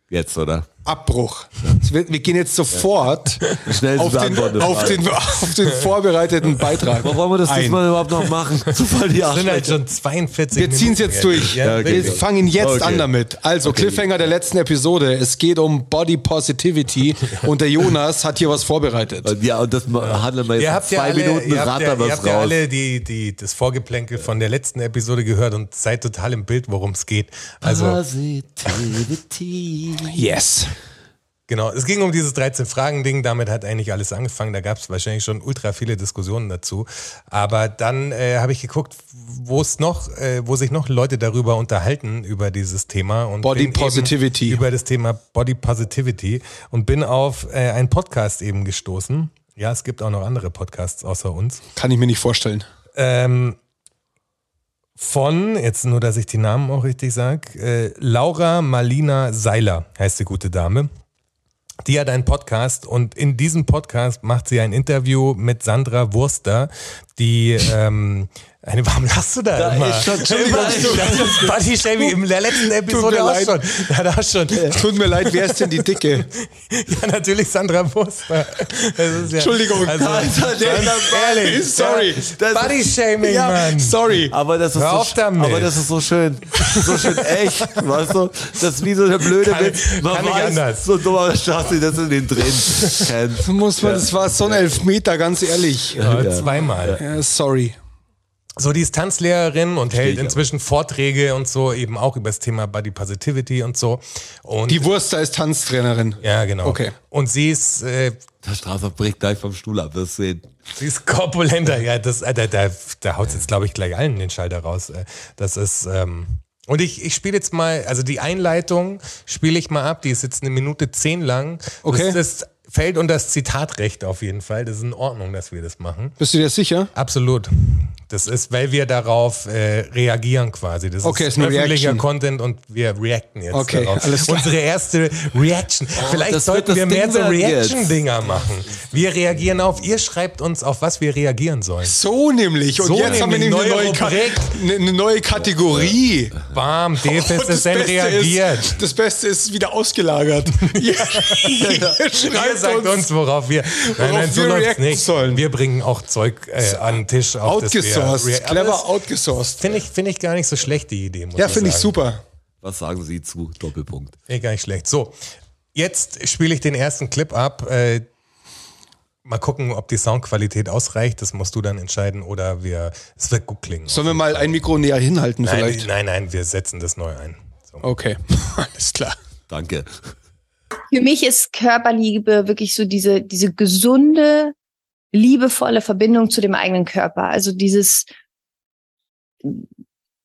S3: Jetzt, oder?
S2: Abbruch. Es wird- Wir gehen jetzt sofort
S3: Schnell
S2: auf, den,
S3: beantwortet.
S2: auf, den, auf den vorbereiteten Beitrag.
S3: Warum wollen wir das
S2: ein.
S3: diesmal überhaupt noch machen? Zufall die
S4: sind halt
S3: Arschlöcher.
S4: schon 42
S2: Wir ziehen es
S4: Minuten
S2: jetzt durch.
S4: Ja,
S3: Ja, okay.
S2: Wir fangen jetzt
S3: Okay.
S2: an damit. Also, Cliffhanger der letzten Episode. Es geht um Body Positivity und der Jonas hat hier was vorbereitet.
S3: Ja, und das ma- handeln wir jetzt
S4: Ihr
S3: in
S4: habt
S3: zwei
S4: ja alle,
S3: Minuten,
S4: ihr habt ja,
S3: rattern wir
S4: ihr
S3: es
S4: habt ja
S3: raus.
S4: alle die, die, das Vorgeplänkel von der letzten Episode gehört und seid total im Bild, worum es geht. Also,
S3: Positivity.
S2: Yes.
S4: genau. Es ging um dieses 13-Fragen-Ding. Damit hat eigentlich alles angefangen. Da gab es wahrscheinlich schon ultra viele Diskussionen dazu. Aber dann äh, habe ich geguckt, wo es noch, äh, wo sich noch Leute darüber unterhalten, über dieses Thema. Und
S2: Body
S4: bin eben
S2: Positivity.
S4: Über das Thema Body Positivity. Und bin auf äh, einen Podcast eben gestoßen. Ja, es gibt auch noch andere Podcasts außer uns.
S2: Kann ich mir nicht vorstellen.
S4: Ähm, von, jetzt nur, dass ich die Namen auch richtig sage, äh, Laura Malina Seiler heißt die gute Dame. Die hat einen Podcast und in diesem Podcast macht sie ein Interview mit Sandra Wurster, die ähm, eine, warum lachst du da,
S3: Da
S4: immer?
S3: ist schon- Entschuldigung,
S4: Immer, das ist Body Shaming in der letzten Episode auch
S2: leid.
S4: schon. Da hat auch schon.
S2: Tut mir leid, wer ist denn die Dicke?
S4: Ja, natürlich Sandra Wurster. Das ist ja, also
S2: Entschuldigung.
S3: Alter,
S2: halt
S3: der
S4: ganz ehrlich,
S2: Sorry.
S4: Ja, Body Shaming, Mann.
S2: sorry.
S3: Aber das ist
S4: Hör
S3: so
S4: auf
S3: sch-
S4: damit.
S3: aber das ist so schön. So schön echt, weißt du? Das ist wie so der blöde
S4: Kann-
S3: Witz. Man
S4: kann nicht
S3: weiß,
S4: anders.
S3: so dummer Schachtel, das in den drin kennt.
S2: Muss man, das war so ein Elfmeter, ganz ehrlich.
S4: Ja, Zweimal.
S2: Ja, sorry.
S4: So, die ist Tanzlehrerin und hält
S3: ich
S4: inzwischen Vorträge und so, eben auch über das Thema Body Positivity und so. Und
S2: Die Wurster ist Tanztrainerin.
S4: ja, genau.
S2: Okay.
S4: Und sie ist, äh,
S3: Der Straße bricht gleich vom Stuhl ab, das sehen.
S4: sie ist korpulenter. Ja, das, äh, da, da, da haut jetzt, glaube ich, gleich allen den Schalter raus. äh. Das ist, ähm, und ich, ich spiele jetzt mal, also die Einleitung spiele ich mal ab, die ist jetzt eine Minute zehn lang.
S2: Okay.
S4: Das, das fällt unter das Zitatrecht auf jeden Fall. Das ist in Ordnung, dass wir das machen.
S2: Bist du dir sicher?
S4: Absolut. Das ist, weil wir darauf äh, reagieren quasi. Das
S2: Okay,
S4: ist,
S2: ist eine
S4: öffentlicher
S2: Reaction.
S4: Content und wir reacten jetzt
S2: Okay,
S4: darauf.
S2: alles klar. Oh,
S4: Unsere erste Reaction. Vielleicht
S3: das
S4: sollten
S3: wird das
S4: wir mehr
S3: Ding
S4: so
S3: werden jetzt.
S4: Reaction-Dinger machen. Wir reagieren auf, ihr schreibt uns, auf was wir reagieren sollen.
S2: So nämlich. Und
S4: So
S2: jetzt haben wir
S4: nämlich.
S2: nämlich eine
S4: Neue
S2: neue, Ka-
S4: Rubrik.
S2: eine, eine neue Kategorie.
S4: Bam,
S2: Und
S4: DFSSN reagiert.
S2: Oh, Ist, das Beste ist wieder ausgelagert. Ihr, ihr
S4: Ihr
S2: schreibt
S4: sagt uns, worauf wir. Nein, nein, so
S2: wir
S4: läuft's
S2: reacten
S4: nicht.
S2: sollen.
S4: Wir bringen auch Zeug äh, an den Tisch. Auf das wir rea-
S2: outgesourced.
S4: Aber
S2: Clever
S4: das
S2: outgesourced.
S4: Finde ich, finde ich gar nicht so schlecht, die Idee. Muss
S2: Ja, finde ich
S4: sagen.
S2: super.
S3: Was sagen Sie zu Doppelpunkt?
S4: Finde ich gar nicht schlecht. So, jetzt spiele ich den ersten Clip ab. Äh, mal gucken, ob die Soundqualität ausreicht. Das musst du dann entscheiden oder wir. Es wird gut klingen.
S2: Sollen wir mal ein Mikro näher hinhalten
S4: nein,
S2: vielleicht?
S4: nein, nein, wir setzen das neu ein. So.
S3: Oh,
S2: Okay, alles klar.
S3: Danke.
S5: Für mich ist Körperliebe wirklich so diese, diese gesunde, liebevolle Verbindung zu dem eigenen Körper. Also dieses,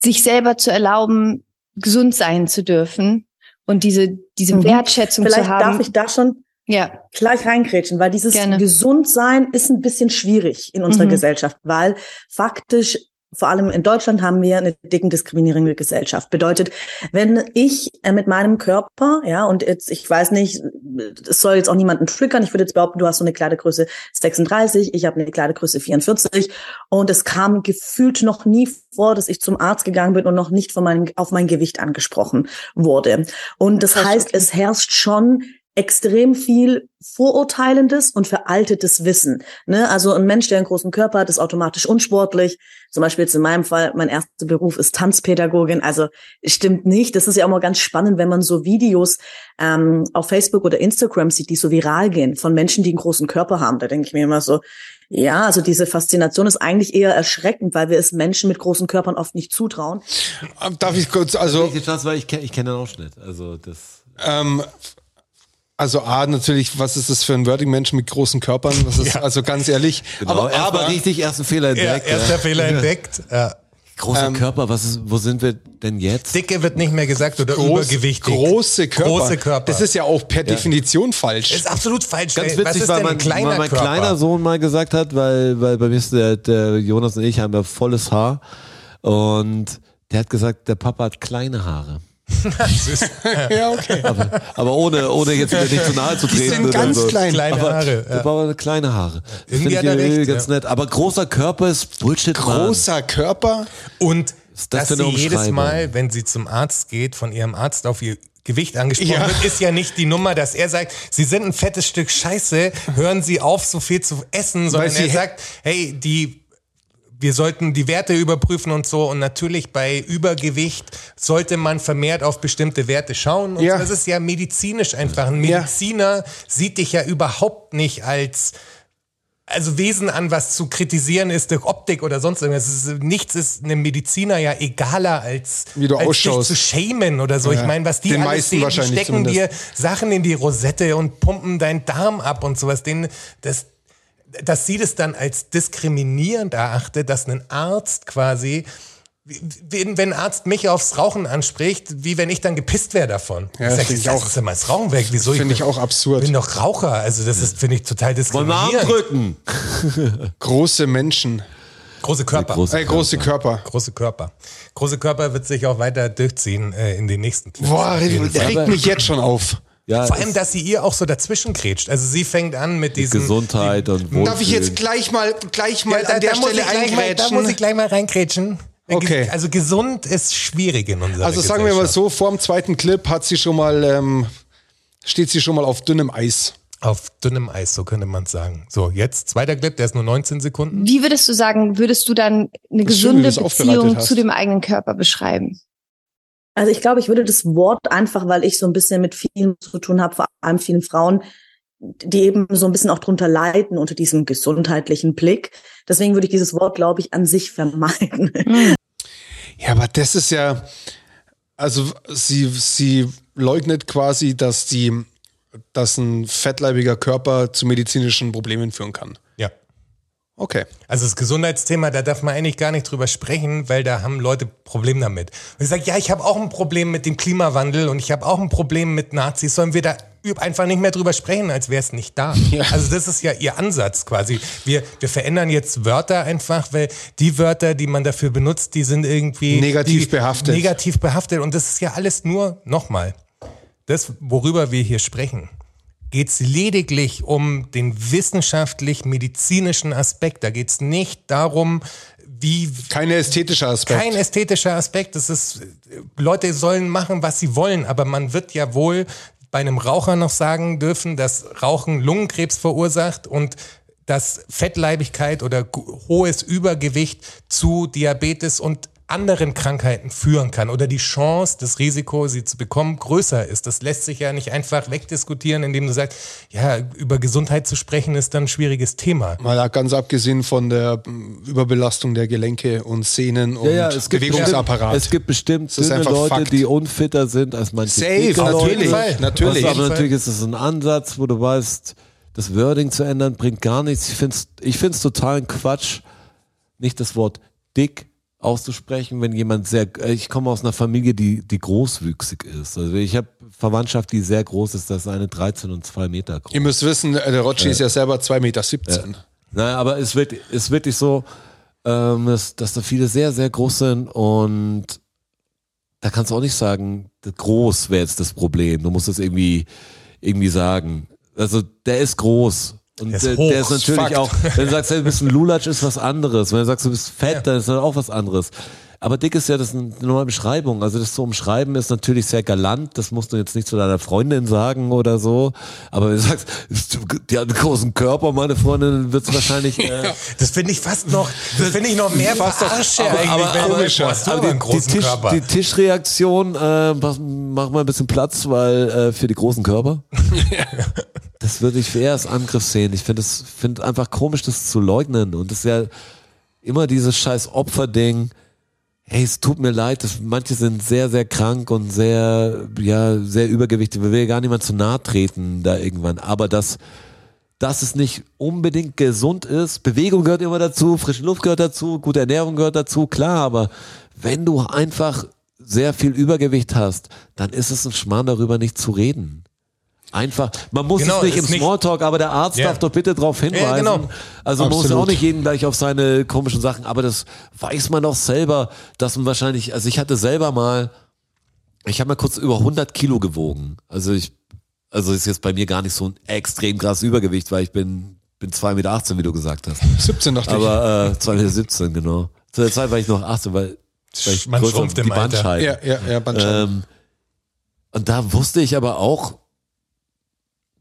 S5: sich selber zu erlauben, gesund sein zu dürfen und diese, diese
S6: Mhm.
S5: Wertschätzung
S6: Vielleicht
S5: zu haben.
S6: darf ich da schon
S5: ja,
S6: gleich reingrätschen, weil dieses
S5: Gerne.
S6: Gesundsein ist ein bisschen schwierig in unserer
S5: Mhm.
S6: Gesellschaft, weil faktisch, vor allem in Deutschland, haben wir eine dicken diskriminierende Gesellschaft. Bedeutet, wenn ich äh, mit meinem Körper, ja, und jetzt, ich weiß nicht, es soll jetzt auch niemanden triggern, ich würde jetzt behaupten, du hast so eine Kleidergröße 36, ich habe eine Kleidergröße 44 und es kam gefühlt noch nie vor, dass ich zum Arzt gegangen bin und noch nicht von meinem, auf mein Gewicht angesprochen wurde. Und das
S5: Krass,
S6: heißt,
S5: okay.
S6: es herrscht schon extrem viel vorurteilendes und veraltetes Wissen. Ne? Also ein Mensch, der einen großen Körper hat, ist automatisch unsportlich. Zum Beispiel jetzt in meinem Fall, mein erster Beruf ist Tanzpädagogin. Also stimmt nicht. Das ist ja auch mal ganz spannend, wenn man so Videos ähm, auf Facebook oder Instagram sieht, die so viral gehen von Menschen, die einen großen Körper haben. Da denke ich mir immer so, ja, also diese Faszination ist eigentlich eher erschreckend, weil wir es Menschen mit großen Körpern oft nicht zutrauen.
S2: Darf ich kurz, also
S3: Ich, weil ich, kenn- ich kenne den Ausschnitt. Also das.
S2: Ähm, also A, natürlich, was ist das für ein Wording Mensch mit großen Körpern? Was ist, Also ganz ehrlich.
S3: genau. Aber,
S4: Genau,
S2: Aber,
S3: erst mal
S2: aber
S3: richtig ersten Fehler
S4: Ja,
S3: entdeckt.
S4: erster
S3: ja.
S4: Fehler entdeckt. Äh, Ähm, Ja.
S3: Großer Körper, was ist, wo sind wir denn jetzt?
S4: Dicke wird nicht mehr gesagt oder
S2: groß,
S4: übergewichtig.
S2: große Körper.
S4: Große Körper.
S2: Das ist ja auch per Definition falsch.
S4: Ist absolut falsch.
S3: Ganz
S4: Ey,
S3: witzig,
S4: Was ist
S3: weil
S4: denn
S3: mein,
S4: ein kleiner
S3: weil mein
S4: Körper?
S3: kleiner Sohn mal gesagt hat, weil, weil bei mir ist der, der Jonas und ich haben ja volles Haar und der hat gesagt, der Papa hat kleine Haare.
S2: ja, okay.
S3: Aber, aber ohne, ohne jetzt wieder nicht zu nahe zu treten.
S2: Die sind
S3: oder
S2: ganz
S3: so.
S2: klein.
S4: Kleine
S3: Aber
S4: Haare.
S3: Der
S4: Ja.
S3: Papa hat kleine Haare. Das
S4: Irgendwie
S3: finde
S4: hat er
S3: ich
S4: recht,
S3: ganz
S4: ja.
S3: nett. Aber großer Körper ist Bullshit. Mann.
S2: Großer Körper.
S4: Und
S3: Ist das
S4: dass
S3: für eine
S4: sie jedes
S3: Umschreibung?
S4: Mal, wenn sie zum Arzt geht, von ihrem Arzt auf ihr Gewicht angesprochen
S2: Ja.
S4: wird, ist ja nicht die Nummer, dass er sagt, sie sind ein fettes Stück Scheiße, hören sie auf, so viel zu essen, sondern
S2: Weil sie-
S4: er sagt, hey, die wir sollten die Werte überprüfen und so. Und natürlich bei Übergewicht sollte man vermehrt auf bestimmte Werte schauen. Und
S2: Ja.
S4: das ist ja medizinisch einfach. Ein Mediziner sieht dich ja überhaupt nicht als also Wesen an, was zu kritisieren ist durch Optik oder sonst irgendwas. Es ist, nichts ist einem Mediziner ja egaler als,
S2: Wie du
S4: als
S2: ausschaust.
S4: dich zu shamen oder so.
S2: Ja.
S4: Ich meine, was die
S2: Den
S4: alles
S2: meisten
S4: sehen, die
S2: wahrscheinlich
S4: stecken dir Sachen in die Rosette und pumpen deinen Darm ab und sowas. Den, das, dass sie das dann als diskriminierend erachtet, dass ein Arzt quasi, wenn, wenn ein Arzt mich aufs Rauchen anspricht, wie wenn ich dann gepisst wäre davon.
S2: Ja, das
S4: ich sag,
S2: find
S4: ich
S2: ich
S4: lass
S2: auch-
S4: uns ja mal das Rauchen weg. Wieso?
S2: Finde ich
S4: bin-
S2: auch absurd.
S4: bin doch Raucher. Also das ist, finde ich, total
S3: Wollen wir
S4: diskriminierend.
S3: Armdrücken?
S2: Große Menschen.
S4: Große Körper.
S3: Große-
S2: Äh, große Körper.
S4: Große Körper. Große Körper wird sich auch weiter durchziehen äh, in den nächsten Clips.
S2: Boah, regt
S3: Fall.
S2: mich jetzt schon auf.
S3: Ja,
S4: Vor allem,
S3: ist
S4: dass sie ihr auch so dazwischen kretscht. Also sie fängt an mit diesem.
S3: Gesundheit und Wohlfühlen.
S2: Darf ich jetzt gleich mal, gleich mal
S4: Ja, da,
S2: an der
S4: da, muss ich
S2: Stelle
S4: gleich mal, da muss ich
S2: eingrätschen?
S4: gleich mal reinkrätschen.
S2: Okay.
S4: Also gesund ist schwierig in unserer
S2: Also sagen wir mal
S4: Gesellschaft.
S2: so, vor dem zweiten Clip hat sie schon mal, ähm, steht sie schon mal auf dünnem Eis.
S4: Auf dünnem Eis, so könnte man es sagen. So, jetzt zweiter Clip, der ist nur 19 Sekunden.
S5: Wie würdest du sagen, würdest du dann eine
S2: Das ist schön, wie du
S5: gesunde
S2: das aufbereitet
S5: Beziehung
S2: hast.
S5: zu dem eigenen Körper beschreiben?
S6: Also ich glaube, ich würde das Wort einfach, weil ich so ein bisschen mit vielen zu tun habe, vor allem vielen Frauen, die eben so ein bisschen auch drunter leiden unter diesem gesundheitlichen Blick. Deswegen würde ich dieses Wort, glaube ich, an sich vermeiden.
S2: Ja, aber das ist ja, also sie, sie leugnet quasi, dass die, dass ein fettleibiger Körper zu medizinischen Problemen führen kann.
S4: Ja.
S2: Okay.
S4: Also das Gesundheitsthema, da darf man eigentlich gar nicht drüber sprechen, weil da haben Leute Probleme damit. Und ich sage, ja, ich habe auch ein Problem mit dem Klimawandel und ich habe auch ein Problem mit Nazis. Sollen wir da üb- einfach nicht mehr drüber sprechen, als wäre es nicht da. Also das ist ja ihr Ansatz quasi. Wir, wir verändern jetzt Wörter einfach, weil die Wörter, die man dafür benutzt, die sind irgendwie
S2: Negativ
S4: die,
S2: behaftet.
S4: Negativ behaftet. Und das ist ja alles nur, nochmal, das, worüber wir hier sprechen, geht es lediglich um den wissenschaftlich-medizinischen Aspekt. Da geht es nicht darum, wie
S2: Kein ästhetischer Aspekt.
S4: kein ästhetischer Aspekt. Das ist, Leute sollen machen, was sie wollen, aber man wird ja wohl bei einem Raucher noch sagen dürfen, dass Rauchen Lungenkrebs verursacht und dass Fettleibigkeit oder gu- hohes Übergewicht zu Diabetes und anderen Krankheiten führen kann oder die Chance, das Risiko, sie zu bekommen, größer ist. Das lässt sich ja nicht einfach wegdiskutieren, indem du sagst, ja, über Gesundheit zu sprechen ist dann ein schwieriges Thema.
S2: Mal ab- ganz abgesehen von der m, Überbelastung der Gelenke und Sehnen und Bewegungsapparat.
S3: Bestimmt, es gibt bestimmt
S2: ist
S3: dünne
S2: einfach
S3: Leute,
S2: Fakt.
S3: die unfitter sind als manche
S2: Safe,
S3: dicke
S2: auf
S3: Leute.
S2: jeden Fall, natürlich.
S3: Das,
S2: Auf
S3: aber
S4: jeden
S3: natürlich ist es ein Ansatz, wo du weißt, das Wording zu ändern bringt gar nichts. Ich finde es ich find's totalen Quatsch, nicht das Wort dick auszusprechen, wenn jemand sehr, äh, ich komme aus einer Familie, die, die großwüchsig ist. Also ich habe Verwandtschaft, die sehr groß ist, das ist eine 13 und 2 Meter groß.
S2: Ihr müsst wissen, äh, der Rotschi ist ja selber 2,17 Meter.
S3: Naja, aber es wird, ist wirklich so, ähm, dass, dass da viele sehr, sehr groß sind und da kannst du auch nicht sagen, das groß wäre jetzt das Problem. Du musst es irgendwie, irgendwie sagen. Also der ist groß. Und
S4: Der
S3: der
S4: ist
S3: der ist,
S4: hoch, ist
S3: natürlich
S4: Fakt.
S3: auch, wenn du sagst, hey, du bist ein Lulatsch, ist was anderes. Wenn du sagst, du bist fett, dann ist das auch was anderes. Aber dick ist ja das ist eine normale Beschreibung. Also das zu umschreiben ist natürlich sehr galant. Das musst du jetzt nicht zu deiner Freundin sagen oder so. Aber wenn du sagst, die hat einen großen Körper, meine Freundin, wird es wahrscheinlich äh,
S4: Das finde ich fast noch, das finde ich noch mehr Verarsche eigentlich, wenn du sagst, boah, hast du aber einen
S3: die,
S4: großen
S3: Tisch,
S4: Körper.
S3: die Tischreaktion, äh, pass- mach mal ein bisschen Platz, weil äh, für die großen Körper. das würde ich eher als Angriff sehen. Ich finde es find einfach komisch, das zu leugnen. Und das ist ja immer dieses scheiß Opferding. Hey, es tut mir leid, dass manche sind sehr, sehr krank und sehr, ja, sehr übergewichtig. Wir will ja gar niemand zu nahe treten da irgendwann. Aber das, dass es nicht unbedingt gesund ist. Bewegung gehört immer dazu, frische Luft gehört dazu, gute Ernährung gehört dazu, klar, aber wenn du einfach sehr viel Übergewicht hast, dann ist es ein Schmarrn darüber nicht zu reden. Einfach, man muss
S4: Genau,
S3: es nicht
S4: ist
S3: im
S4: nicht-
S3: Smalltalk, aber der Arzt
S4: Ja.
S3: darf doch bitte darauf hinweisen.
S4: Ja, genau.
S3: Also man muss
S2: Absolut.
S3: auch nicht jeden gleich auf seine komischen Sachen, aber das weiß man doch selber, dass man wahrscheinlich, also ich hatte selber mal, ich habe mal kurz über 100 Kilo gewogen. Also ich, also ist jetzt bei mir gar nicht so ein extrem krasses Übergewicht, weil ich bin, bin 2,18 Meter, wie du gesagt hast.
S2: 17 dachte ich.
S3: Aber äh, 2,17 Meter, genau. Zu der Zeit war ich noch 18, weil, weil ich
S4: Man
S3: größer-
S4: schrumpft im
S3: die
S4: Alter.
S3: Bandscheibe.
S2: Ja, ja, ja, Bandscheiben.
S3: Ähm, und da wusste ich aber auch,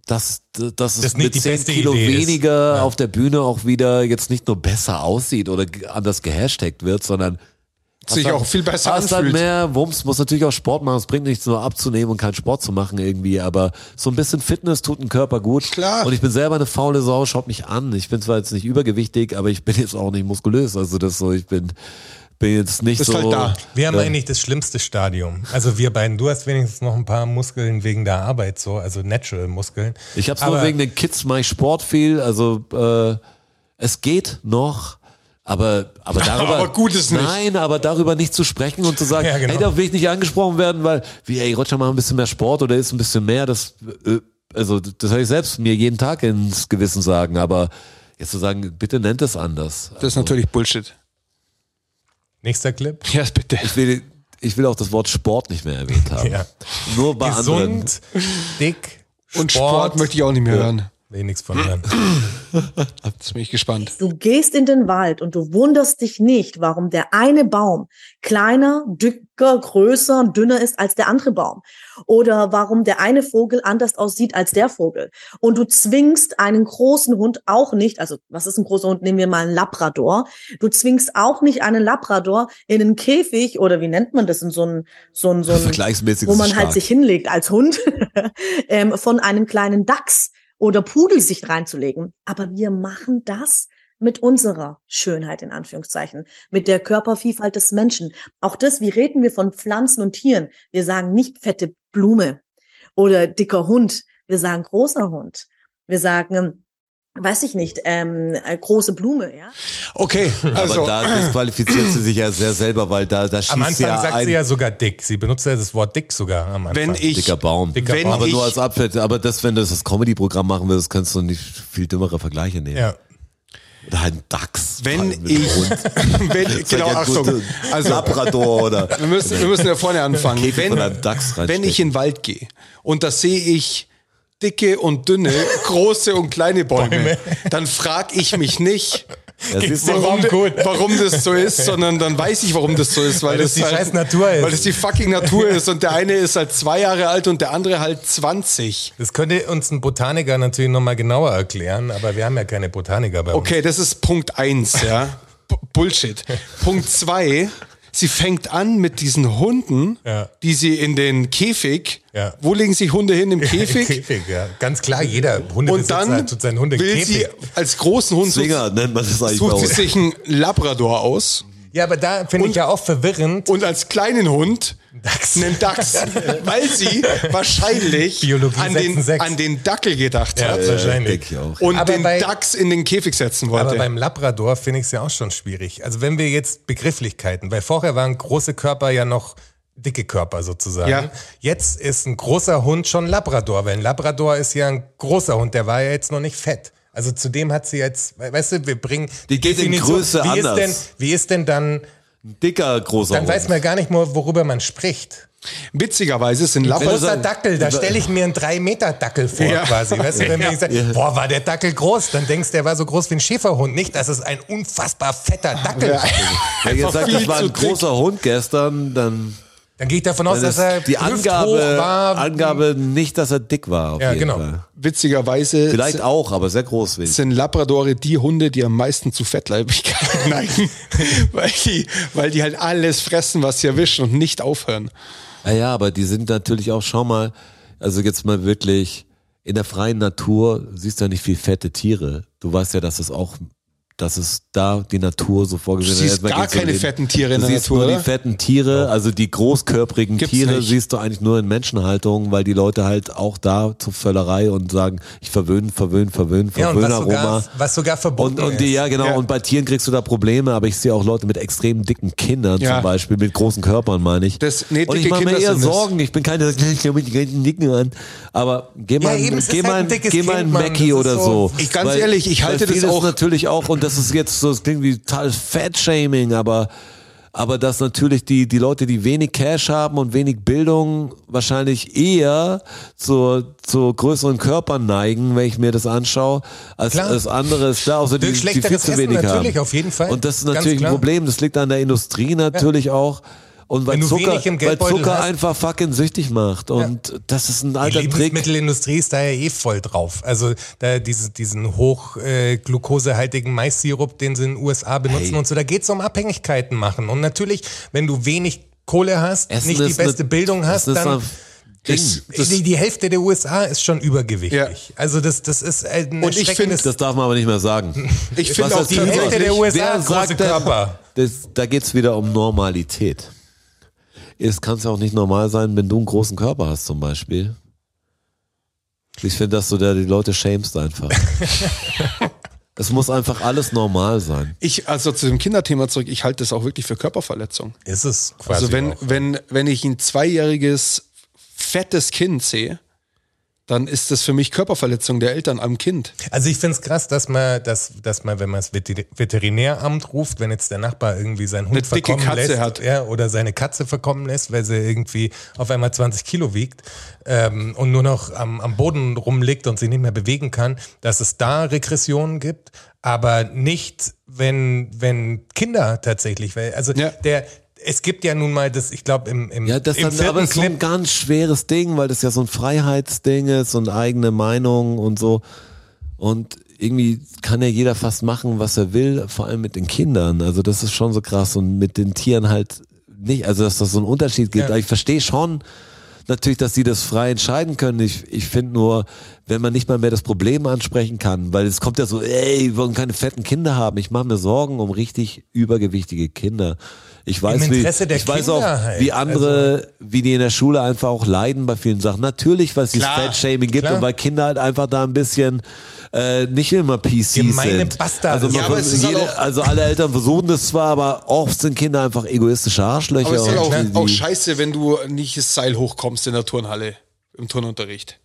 S3: dass, dass es
S4: Das nicht
S3: mit
S4: die
S3: 10
S4: beste
S3: Kilo
S4: Idee ist.
S3: weniger auf der Bühne auch wieder jetzt nicht nur besser aussieht oder g- anders gehashtagt wird, sondern
S2: Sich
S3: hast
S2: auch
S3: dann-
S2: viel besser
S3: hast dann
S2: anfühlt.
S3: mehr Wumms, muss natürlich auch Sport machen. Es bringt nichts nur abzunehmen und keinen Sport zu machen irgendwie, aber so ein bisschen Fitness tut dem Körper gut.
S2: Klar.
S3: Und ich bin selber eine faule Sau, schaut mich an. Ich bin zwar jetzt nicht übergewichtig, aber ich bin jetzt auch nicht muskulös. Also das so, ich bin, bin jetzt nicht
S2: Bist
S3: so.
S2: halt da.
S4: Wir haben eigentlich das schlimmste Stadium. Also wir beiden, du hast wenigstens noch ein paar Muskeln wegen der Arbeit so, also natural Muskeln.
S3: Ich hab's nur
S4: Aber-
S3: wegen den Kids, mach ich Sport viel, also äh, es geht noch, aber, aber darüber.
S2: Aber gut ist nicht.
S3: Nein, aber darüber nicht zu sprechen und zu sagen,
S4: Ja, genau.
S3: ey, da will ich nicht angesprochen werden, weil, wie, ey, Roger, mach ein bisschen mehr Sport oder isst ein bisschen mehr, das, äh, also, das höre ich selbst mir jeden Tag ins Gewissen sagen, aber jetzt zu sagen, bitte nennt es anders. Also,
S2: Das ist natürlich Bullshit.
S4: Nächster Clip.
S2: Ja, bitte.
S3: Ich will, ich will auch das Wort Sport nicht mehr erwähnt haben.
S4: Ja.
S3: Nur bei anderen.
S4: Gesund, dick,
S2: Und Sport möchte ich auch nicht mehr hören.
S4: Nee, nichts von hören.
S2: Jetzt bin ich gespannt.
S6: Du gehst in den Wald und du wunderst dich nicht, warum der eine Baum kleiner, dicker, größer und dünner ist als der andere Baum. Oder warum der eine Vogel anders aussieht als der Vogel. Und du zwingst einen großen Hund auch nicht, also was ist ein großer Hund? Nehmen wir mal einen Labrador. Du zwingst auch nicht einen Labrador in einen Käfig oder wie nennt man das in so einen, so einen, so einen
S3: Vergleichsmäßig
S6: wo
S3: ist es
S6: man halt
S3: stark.
S6: sich hinlegt als Hund, ähm, von einem kleinen Dachs oder Pudel sich reinzulegen. Aber wir machen das mit unserer Schönheit in Anführungszeichen, mit der Körpervielfalt des Menschen. Auch das, wie reden wir von Pflanzen und Tieren? Wir sagen nicht fette Blume oder dicker Hund. Wir sagen großer Hund. Wir sagen weiß ich nicht, ähm, eine große Blume, ja?
S2: Okay, also
S3: Aber da disqualifiziert sie sich ja sehr selber, weil da, da schießt
S4: Am Anfang
S3: ja
S4: sagt
S3: ein
S4: sie ja sogar dick. Sie benutzt ja das Wort dick sogar am Anfang.
S2: wenn ich,
S3: dicker Baum.
S4: Dicker
S2: wenn
S4: Baum.
S3: aber
S2: ich,
S3: nur als Abfeld, aber das, wenn du das als Comedy-Programm machen würdest, kannst du nicht viel dümmere Vergleiche nehmen.
S4: ja.
S3: Oder halt ein Dachs.
S2: wenn
S3: Mit
S2: ich,
S3: Hund.
S2: wenn,
S3: Das ist ja
S2: genau,
S3: kein
S2: Achtung,
S3: gutes
S2: also
S3: Labrador oder.
S2: wir müssen, wir müssen ja vorne anfangen.
S3: Käfig
S2: Wenn,
S3: von einem Dachs
S2: wenn ich
S3: reinstecken.
S2: in den Wald gehe und da sehe ich dicke und dünne, große und kleine Bäume,
S4: Bäume.
S2: dann frage ich mich nicht,
S3: Ja, siehst du,
S4: den
S2: warum,
S4: Baum gut.
S2: warum das so ist, sondern dann weiß ich, warum das so ist. Weil,
S4: Weil das die scheiß Natur ist.
S2: Weil das die fucking Natur ist und der eine ist halt zwei Jahre alt und der andere halt 20.
S4: Das könnte uns ein Botaniker natürlich nochmal genauer erklären, aber wir haben ja keine Botaniker bei uns.
S2: Okay, das ist Punkt eins, ja. B- Bullshit. Punkt zwei: sie fängt an mit diesen Hunden,
S4: Ja.
S2: die sie in den Käfig,
S4: Ja.
S2: wo legen sich Hunde hin? Im Käfig?
S4: Käfig, ja. Ganz klar, jeder
S2: Und
S4: Hundebesitzer
S2: dann
S4: tut seinen Hund in
S2: will sie
S4: Käfig.
S2: als großen Hund sucht,
S3: Zwinger nennt man das eigentlich bei
S2: sucht sie
S3: uns.
S2: sich einen Labrador aus
S4: Ja, aber da finde ich ja auch verwirrend.
S2: und als kleinen Hund
S4: Dachs.
S2: einen Dachs, weil sie wahrscheinlich
S4: Biologie
S2: an den,
S4: 6,6.
S2: an den Dackel gedacht
S4: Ja,
S2: hat
S4: wahrscheinlich.
S3: äh, Denke ich auch.
S2: und
S4: Aber
S2: den
S4: bei-
S2: Dachs in den Käfig setzen
S4: Aber
S2: wollte.
S4: beim Labrador finde ich es ja auch schon schwierig. Also wenn wir jetzt Begrifflichkeiten, weil vorher waren große Körper ja noch dicke Körper sozusagen.
S2: Ja.
S4: Jetzt ist ein großer Hund schon Labrador, weil ein Labrador ist ja ein großer Hund, der war ja jetzt noch nicht fett. Also zudem hat sie jetzt, we- weißt du, wir bringen
S3: Die geht in
S4: Definition-
S3: Größe
S4: wie
S3: anders.
S4: Ist denn, wie ist denn dann,
S3: Dicker, großer
S4: dann
S3: Hund.
S4: weiß man gar nicht mehr, worüber man spricht.
S2: Witzigerweise sind Labrador
S4: Großer Dackel, da stelle ich mir einen 3-Meter-Dackel vor
S2: Ja.
S4: quasi. Weißt du, wenn ich sage, boah, war der Dackel groß, dann denkst du, der war so groß wie ein Schäferhund. Nicht, dass es ein unfassbar fetter Dackel
S2: Ja.
S4: war.
S3: Wenn ihr sagt,
S2: viel
S3: das war
S2: zu
S3: ein großer Hund gestern, dann,
S4: Dann gehe ich davon aus,
S3: dann
S4: dass er
S3: ist die
S4: hüfthoch
S3: Angabe,
S4: war.
S3: Angabe nicht, dass er dick war. Auf
S4: Ja,
S3: jeden
S4: genau.
S3: Fall.
S2: witzigerweise
S3: Vielleicht
S2: sind-
S3: auch, aber sehr groß. wenig.
S2: sind Labradore die Hunde, die am meisten zu Fettleibigkeit neigen, weil die, weil die halt alles fressen, was sie erwischen und nicht aufhören.
S3: Ja, ja, aber die sind natürlich auch, schau mal, also jetzt mal wirklich, in der freien Natur siehst du ja nicht viel fette Tiere. Du weißt ja, dass es auch, dass es da die Natur so
S2: Du
S3: vorgesehen hat.
S2: siehst
S3: Erstmal
S2: gar
S3: geht's um
S2: keine
S3: den-
S2: fetten Tiere in
S3: du
S2: der
S3: siehst
S2: Natur,
S3: Nur
S2: oder?
S3: die fetten Tiere, also die großkörprigen
S2: Gibt's
S3: Tiere
S2: nicht.
S3: siehst du eigentlich nur in Menschenhaltung, weil die Leute halt auch da zur Völlerei und sagen, ich verwöhne, verwöhne, verwöhne,
S4: Ja, und was
S3: Verwöhnaroma.
S4: sogar, was sogar verboten
S3: Und, und die, ja,
S4: ist.
S3: genau.
S2: Ja.
S3: Und bei Tieren kriegst du da Probleme, aber ich sehe auch Leute mit extrem dicken Kindern
S2: Ja.
S3: zum Beispiel, mit großen Körpern, meine ich.
S2: Das- nee,
S3: und ich
S2: dicke
S3: mache mir
S2: Kinder
S3: eher
S2: sind es.
S3: Sorgen. Ich bin keine, ich kann mich die Nicken an. Aber geh mal,
S4: eben, es ist
S3: geh
S4: halt
S3: mal,
S4: ein dickes
S3: geh mal
S4: Kind,
S3: ein
S4: Mann. Das
S3: Mackie
S4: ist
S3: oder
S4: so-
S3: so.
S2: Ich- ganz ehrlich, ich halte das
S3: vieles
S2: auch-
S3: natürlich auch, und das ist jetzt so, das klingt wie total Fat-Shaming, aber, aber dass natürlich die, die Leute, die wenig Cash haben und wenig Bildung, wahrscheinlich eher zu, zu größeren Körpern neigen, wenn ich mir das anschaue, als,
S4: Klar.
S3: als andere ist klar, außer die,
S4: Durch
S3: die
S4: schlechteres
S3: viel zu
S4: Essen
S3: wenig
S4: natürlich,
S3: haben.
S4: auf jeden Fall.
S3: Und das ist
S4: Ganz
S3: natürlich ein
S4: klar.
S3: Problem, das liegt an der Industrie natürlich auch. Und weil
S4: Wenn du
S3: Zucker,
S4: wenig im
S3: weil
S4: Geldbeutel
S3: Zucker
S4: hast.
S3: einfach fucking süchtig macht. Und das ist ein
S4: Die
S3: alter Trick.
S4: Lebensmittelindustrie ist da ja eh voll drauf. Also da diese, diesen hoch äh, glukosehaltigen Mais-Sirup, den sie in den USA benutzen und so, da geht's um Abhängigkeiten machen. Und natürlich, wenn du wenig Kohle hast,
S3: Essen
S4: nicht die
S3: ist eine-
S4: beste Bildung hast,
S3: Essen ist
S4: dann
S3: ein Ding.
S4: die, die Hälfte der USA ist schon übergewichtig.
S2: Ja.
S4: Also das, das ist ein
S2: Und ich
S4: erschreckendes- Genau,
S3: Das darf man aber nicht mehr sagen.
S2: Ich
S3: Was
S2: finde auch
S3: das
S2: die
S3: Körper-
S4: Hälfte
S2: Hälfte
S4: der USA
S3: Wer
S4: große
S3: sagt denn-
S4: Körper.
S3: Das, da geht's wieder um Normalität. Es kann ja auch nicht normal sein, wenn du einen großen Körper hast zum Beispiel. Ich finde, dass du da die Leute shamest einfach. es muss einfach alles normal sein.
S2: Ich, also zu dem Kinderthema zurück, ich halte das auch wirklich für Körperverletzung.
S4: ist es quasi
S2: Also wenn,
S4: auch.
S2: wenn, wenn ich ein zweijähriges, fettes Kind sehe, dann ist das für mich Körperverletzung der Eltern am Kind.
S4: Also ich finde es krass, dass man, dass, dass man, wenn man das Veter- Veterinäramt ruft, wenn jetzt der Nachbar irgendwie seinen Hund
S2: Eine dicke
S4: verkommen
S2: Katze
S4: lässt
S2: hat.
S4: Ja, oder seine Katze verkommen lässt, weil sie irgendwie auf einmal 20 Kilo wiegt ähm, und nur noch am, am Boden rumliegt und sich nicht mehr bewegen kann, dass es da Regressionen gibt, aber nicht, wenn, wenn Kinder tatsächlich, weil, also
S2: Ja.
S4: der es gibt ja nun mal das, ich glaube, im, im,
S3: Ja, das
S4: im
S3: dann, aber
S4: vierten
S3: ist so ein
S4: Clip
S3: ganz schweres Ding, weil das ja so ein Freiheitsding ist und eigene Meinung und so. Und irgendwie kann ja jeder fast machen, was er will, vor allem mit den Kindern. Also das ist schon so krass und mit den Tieren halt nicht. Also dass das so einen Unterschied gibt.
S4: Ja.
S3: Ich verstehe schon natürlich, dass sie das frei entscheiden können. Ich, ich finde nur, wenn man nicht mal mehr das Problem ansprechen kann, weil es kommt ja so, ey, wir wollen keine fetten Kinder haben. Ich mache mir Sorgen um richtig übergewichtige Kinder. Ich weiß, wie,
S4: Interesse der
S3: ich weiß auch,
S4: Kinder halt.
S3: wie andere, wie die in der Schule einfach auch leiden bei vielen Sachen. Natürlich, weil es dieses
S4: Klar,
S3: Fat-Shaming gibt
S4: klar.
S3: und weil Kinder halt einfach da ein bisschen äh, nicht immer PC
S4: Gemeine
S3: sind.
S4: Bastarde.
S3: Also, man
S4: Ja,
S2: aber es ist halt
S3: jede,
S2: auch-
S3: also alle Eltern versuchen das zwar, aber oft sind Kinder einfach egoistische Arschlöcher.
S2: Aber es ist
S3: und
S2: halt
S3: die-
S2: auch, auch scheiße, wenn du nicht das Seil hochkommst in der Turnhalle, im Turnunterricht.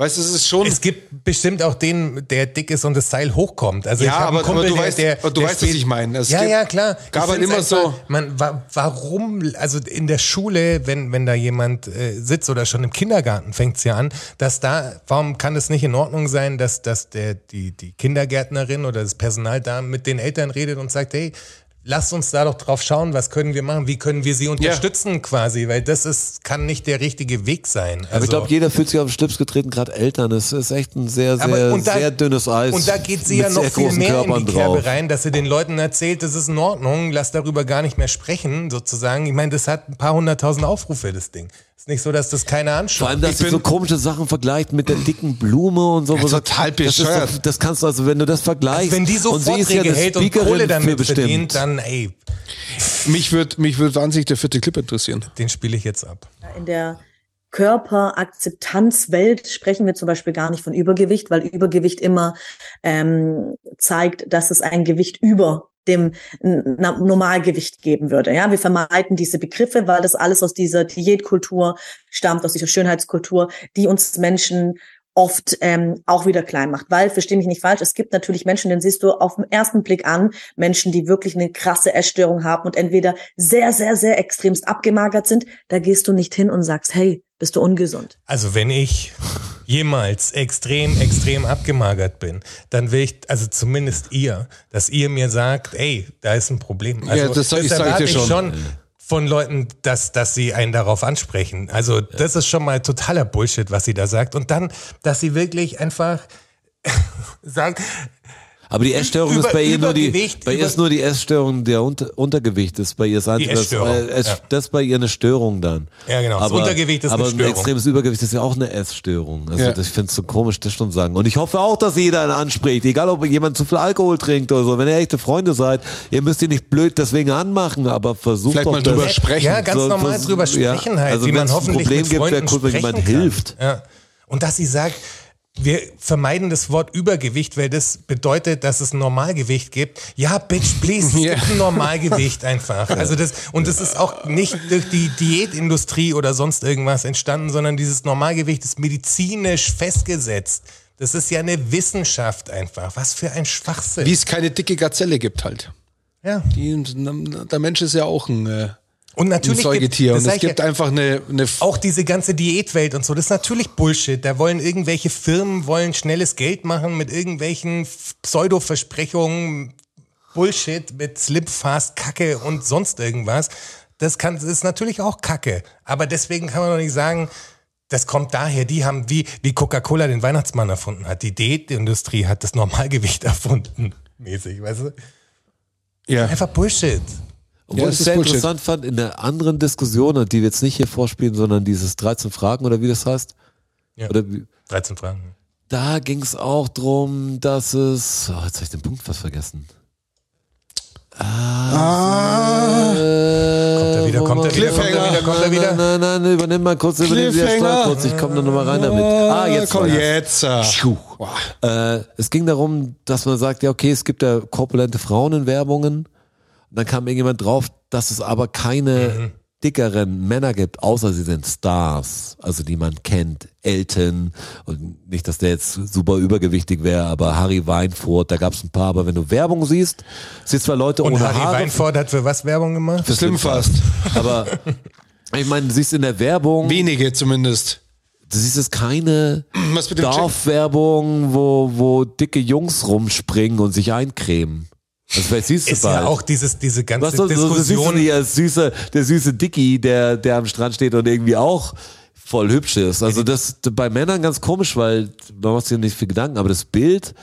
S2: Weißt du, es ist schon.
S4: Es gibt bestimmt auch den, der dick ist und das Seil hochkommt. Also
S2: Ja,
S4: ich hab einen
S2: aber- aber
S4: Kumpel,
S2: du
S4: der,
S2: weißt-
S4: der,
S2: aber du
S4: der
S2: weißt, was ich meine. Es
S4: ja,
S2: gibt-
S4: ja, klar.
S2: gab
S4: Ich
S2: halt
S4: find's
S2: immer so-
S4: Man, wa, warum, also in der Schule, wenn, wenn da jemand äh, sitzt oder schon im Kindergarten fängt's ja an, dass da, warum kann es nicht in Ordnung sein, dass, dass der, die, die Kindergärtnerin oder das Personal da mit den Eltern redet und sagt, hey, Lasst uns da doch drauf schauen, was können wir machen, wie können wir sie unterstützen quasi, weil das ist, kann nicht der richtige Weg sein.
S3: Aber ich
S4: Also-
S3: glaube, jeder fühlt sich auf den Schlips getreten, gerade Eltern. Es ist echt ein sehr, sehr,
S4: Aber- und da-
S3: sehr dünnes Eis.
S4: Und da geht sie
S3: mit
S4: ja noch
S3: sehr
S4: viel
S3: großen
S4: mehr in
S3: Körpern
S4: die
S3: drauf.
S4: Kerbe rein, dass sie den Leuten erzählt, das ist in Ordnung, lass darüber gar nicht mehr sprechen, sozusagen. Ich meine, das hat ein paar hunderttausend Aufrufe, das Ding. Ist nicht so, dass das keiner
S3: Vor
S4: anschaut.
S3: allem, dass sie so komische Sachen vergleicht mit der dicken Blume und so. wo man sagt,
S2: total
S3: das, ist doch,
S2: bescheuert.
S3: das kannst du also, wenn du das vergleichst.
S4: Wenn die so
S3: und sie ist ja
S4: Vorträge
S3: eine
S4: hält und
S3: Speakerin
S4: Kohle
S3: für
S4: damit
S3: bestimmt.
S4: verdient, dann ey,
S2: mich würde mich würd wahnsinnig der vierte Clip interessieren.
S4: den spiele ich jetzt ab.
S6: In der Körperakzeptanzwelt sprechen wir zum Beispiel gar nicht von Übergewicht, weil Übergewicht immer ähm, zeigt, dass es ein Gewicht über dem N- Na- Normalgewicht geben würde. Ja, wir vermeiden diese Begriffe, weil das alles aus dieser Diätkultur stammt, aus dieser Schönheitskultur, die uns Menschen oft ähm, auch wieder klein macht. Weil, versteh mich nicht falsch, es gibt natürlich Menschen, den siehst du auf den ersten Blick an, Menschen, die wirklich eine krasse Essstörung haben und entweder sehr, sehr, sehr extremst abgemagert sind, da gehst du nicht hin und sagst, hey, bist du ungesund.
S4: Also wenn ich jemals extrem, extrem abgemagert bin, dann will ich, also zumindest ihr, dass ihr mir sagt, ey, da ist ein Problem. Also
S2: Ja, das sag- ich sag
S4: erwarte
S2: dir schon.
S4: von Leuten, dass, dass sie einen darauf ansprechen. Also das ist schon mal totaler Bullshit, was sie da sagt. Und dann, dass sie wirklich einfach sagt,
S3: Aber die Essstörung
S4: Über-
S3: ist bei ihr nur die,
S4: Übergewicht,
S3: bei ihr
S4: über-
S3: ist nur die Essstörung, der Unter, Untergewicht ist bei ihr das Einzige, das,
S4: Essstörung,
S3: äh, es,
S4: ja.
S3: das ist bei ihr eine Störung dann.
S4: Ja, genau, das
S3: Aber,
S4: Untergewicht ist eine
S3: aber
S4: Störung.
S3: ein extremes Übergewicht ist ja auch eine Essstörung. Also
S2: Ja.
S3: das, ich finde es so komisch, das schon sagen. Und ich hoffe auch, dass jeder einen anspricht, egal ob jemand zu viel Alkohol trinkt oder so. Wenn ihr echte Freunde seid, ihr müsst ihn nicht blöd deswegen anmachen, aber versucht
S2: Vielleicht
S3: doch
S2: mal drüber
S3: das-
S2: sprechen.
S4: Ja, ganz
S3: So-
S4: normal
S3: so-
S4: drüber sprechen
S3: ja.
S4: halt,
S3: Also
S4: wie man
S3: wenn's ein
S4: hoffentlich
S3: Problem
S4: mit
S3: gibt, wäre
S4: Freunden
S3: cool, wenn
S4: sprechen
S3: jemand
S4: kann.
S3: hilft.
S4: Ja. Und dass sie sagt, wir vermeiden das Wort Übergewicht, weil das bedeutet, dass es ein Normalgewicht gibt. Ja, bitch, please, es
S2: Ja.
S4: gibt ein Normalgewicht einfach. Also das, und das ist auch nicht durch die Diätindustrie oder sonst irgendwas entstanden, sondern dieses Normalgewicht ist medizinisch festgesetzt. Das ist ja eine Wissenschaft einfach. Was für ein Schwachsinn.
S2: Wie es keine dicke Gazelle gibt halt.
S4: ja.
S2: Die, der Mensch ist ja auch ein, äh,
S4: Und
S2: ein
S4: natürlich
S2: Säugetier.
S4: das
S2: Und
S4: sag
S2: es
S4: ich ja.
S2: gibt einfach eine, eine
S4: auch diese ganze Diätwelt und so, das ist natürlich Bullshit. Da wollen irgendwelche Firmen wollen schnelles Geld machen mit irgendwelchen F- Pseudo-Versprechungen, Bullshit mit Slim Fast Kacke und sonst irgendwas. Das kann das ist natürlich auch Kacke, aber deswegen kann man doch nicht sagen, das kommt daher, die haben wie wie Coca-Cola den Weihnachtsmann erfunden hat. Die Diätindustrie hat das Normalgewicht erfunden, mäßig, weißt du?
S2: ja.
S4: Einfach Bullshit.
S3: Obwohl
S2: Ja,
S3: ich
S2: das
S3: es sehr
S2: ist Bullshit.
S3: interessant fand, in der anderen Diskussion, die wir jetzt nicht hier vorspielen, sondern dieses 13 Fragen oder wie das heißt.
S4: Ja.
S3: Oder wie,
S4: 13 Fragen.
S3: da ging es auch drum, dass es. Oh, jetzt habe ich den Punkt fast vergessen. Ah,
S4: Kommt
S2: Äh,
S4: er wieder, kommt er wieder, kommt er wieder, kommt er wieder.
S3: Nein, nein, nein, übernimm mal kurz, übernimm wieder
S2: Cliffhanger.
S3: Steuerkurs. Ich komme da nochmal rein damit. Ah, jetzt
S2: komm
S3: war das.
S2: jetzt. äh.
S3: Tschuh.
S2: Wow.
S3: Äh, es ging darum, dass man sagt, ja, okay, es gibt ja korpulente Frauen in Werbungen. Und dann kam irgendjemand drauf, dass es aber keine
S4: Mhm.
S3: dickeren Männer gibt, außer sie sind Stars, also die man kennt, Elton und nicht, dass der jetzt super übergewichtig wäre, aber Harry Weinfurt, da gab es ein paar, aber wenn du Werbung siehst, siehst zwar Leute
S4: Und
S3: ohne
S4: Harry
S3: Haare,
S4: Weinfurt hat für was Werbung gemacht?
S2: Slim fast.
S3: aber ich meine, du siehst in der Werbung,
S2: Wenige zumindest.
S3: du siehst es keine
S2: Was mit dem Chick-
S3: Dorfwerbung, wo, wo dicke Jungs rumspringen und sich eincremen. Also vielleicht siehst du
S4: ist
S3: bald.
S4: ja auch dieses, diese ganze
S3: Was soll so, so siehst du
S4: Diskussion.
S3: nicht als süße, der süße Dicky, der, der am Strand steht und irgendwie auch voll hübsch ist. Also das d- bei Männern ganz komisch, weil man macht sich nicht viel Gedanken, aber das Bild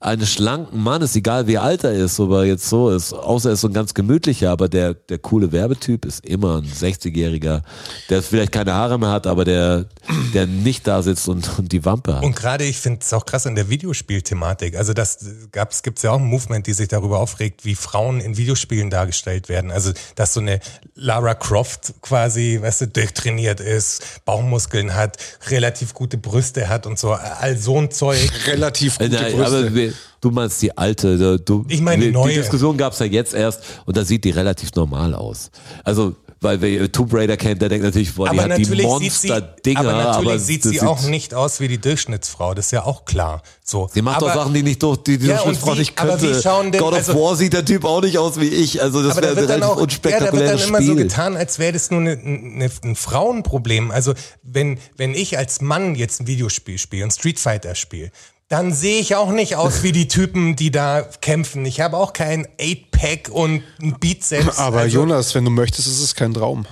S3: eines schlanken Mannes, egal wie alt er ist, ob er jetzt so ist, außer er ist so ein ganz gemütlicher, aber der, der coole Werbetyp ist immer ein 60-Jähriger, der vielleicht keine Haare mehr hat, aber der der nicht da sitzt und, und die Wampe hat.
S4: Und gerade, ich finde es auch krass in der Videospielthematik. Also das gab's, gibt's ja auch ein Movement, die sich darüber aufregt, wie Frauen in Videospielen dargestellt werden. Also, dass so eine Lara Croft quasi, weißt du, durchtrainiert ist, Bauchmuskeln hat, relativ gute Brüste hat und so, all so ein Zeug.
S2: Relativ gute
S3: Alter, Äh, aber
S2: Brüste.
S3: wir- du meinst die alte. da- Du,
S4: Ich meine die
S3: wir-
S4: neue.
S3: Die Diskussion gab es ja jetzt erst und da sieht die relativ normal aus. Also, weil wer äh, Tomb Raider kennt, der denkt natürlich, boah, die
S4: aber
S3: hat die
S4: natürlich, sieht sie,
S3: Monster-Dinger.
S4: aber natürlich sieht
S3: das
S4: sie auch nicht aus wie die Durchschnittsfrau, das ist ja auch klar. So.
S3: Sie macht
S4: aber,
S3: auch Sachen, die nicht durch, die, die
S4: Ja,
S3: durch
S4: und
S3: Frau
S4: wie-
S3: nicht
S4: aber
S3: könnte.
S4: wie schauen denn-
S3: God of
S4: also-
S3: War sieht der Typ auch nicht aus wie ich. Also das
S4: aber da
S3: wäre ein
S4: wird dann
S3: relativ
S4: auch, ja, da wird dann
S3: unspektakuläres
S4: immer so
S3: Spiel.
S4: getan, als wäre das nur ne, ne, ein Frauenproblem. Also wenn, wenn ich als Mann jetzt ein Videospiel spiele, ein Street Fighter spiele, dann sehe ich auch nicht aus wie die Typen, die da kämpfen. Ich habe auch kein 8-Pack und ein Bizeps.
S2: Aber
S4: also,
S2: Jonas, wenn du möchtest, ist es kein Traum.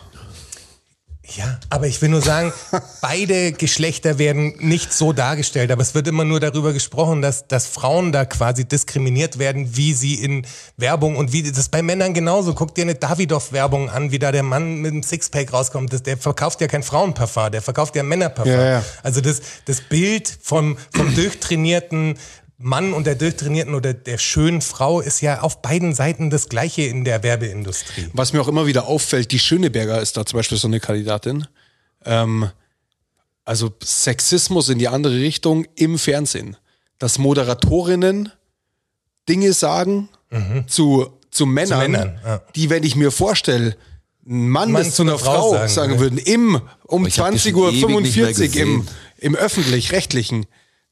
S4: Ja, aber ich will nur sagen, beide Geschlechter werden nicht so dargestellt, aber es wird immer nur darüber gesprochen, dass, dass Frauen da quasi diskriminiert werden, wie sie in Werbung und wie das ist bei Männern genauso. Guck dir eine Davidoff-Werbung an, wie da der Mann mit einem Sixpack rauskommt. Das, der verkauft ja kein Frauenparfum, der verkauft ja Männerparfum.
S2: Ja, ja.
S4: Also das, das Bild vom, vom durchtrainierten Mann und der durchtrainierten oder der schönen Frau ist ja auf beiden Seiten das gleiche in der Werbeindustrie.
S2: Was mir auch immer wieder auffällt, die Schöneberger ist da zum Beispiel so eine Kandidatin. Ähm, also Sexismus in die andere Richtung im Fernsehen. Dass Moderatorinnen Dinge sagen zu, zu Männern,
S4: Mhm. Männern, ja.
S2: die, wenn ich mir vorstelle, ein Mann,
S4: Mann
S2: das zu einer Frau sagen,
S4: würde.
S2: würden, im um
S3: ich hab die schon
S2: 20.45 Uhr
S3: ewig nicht mehr
S2: im,
S3: gesehen.
S2: im öffentlich-rechtlichen,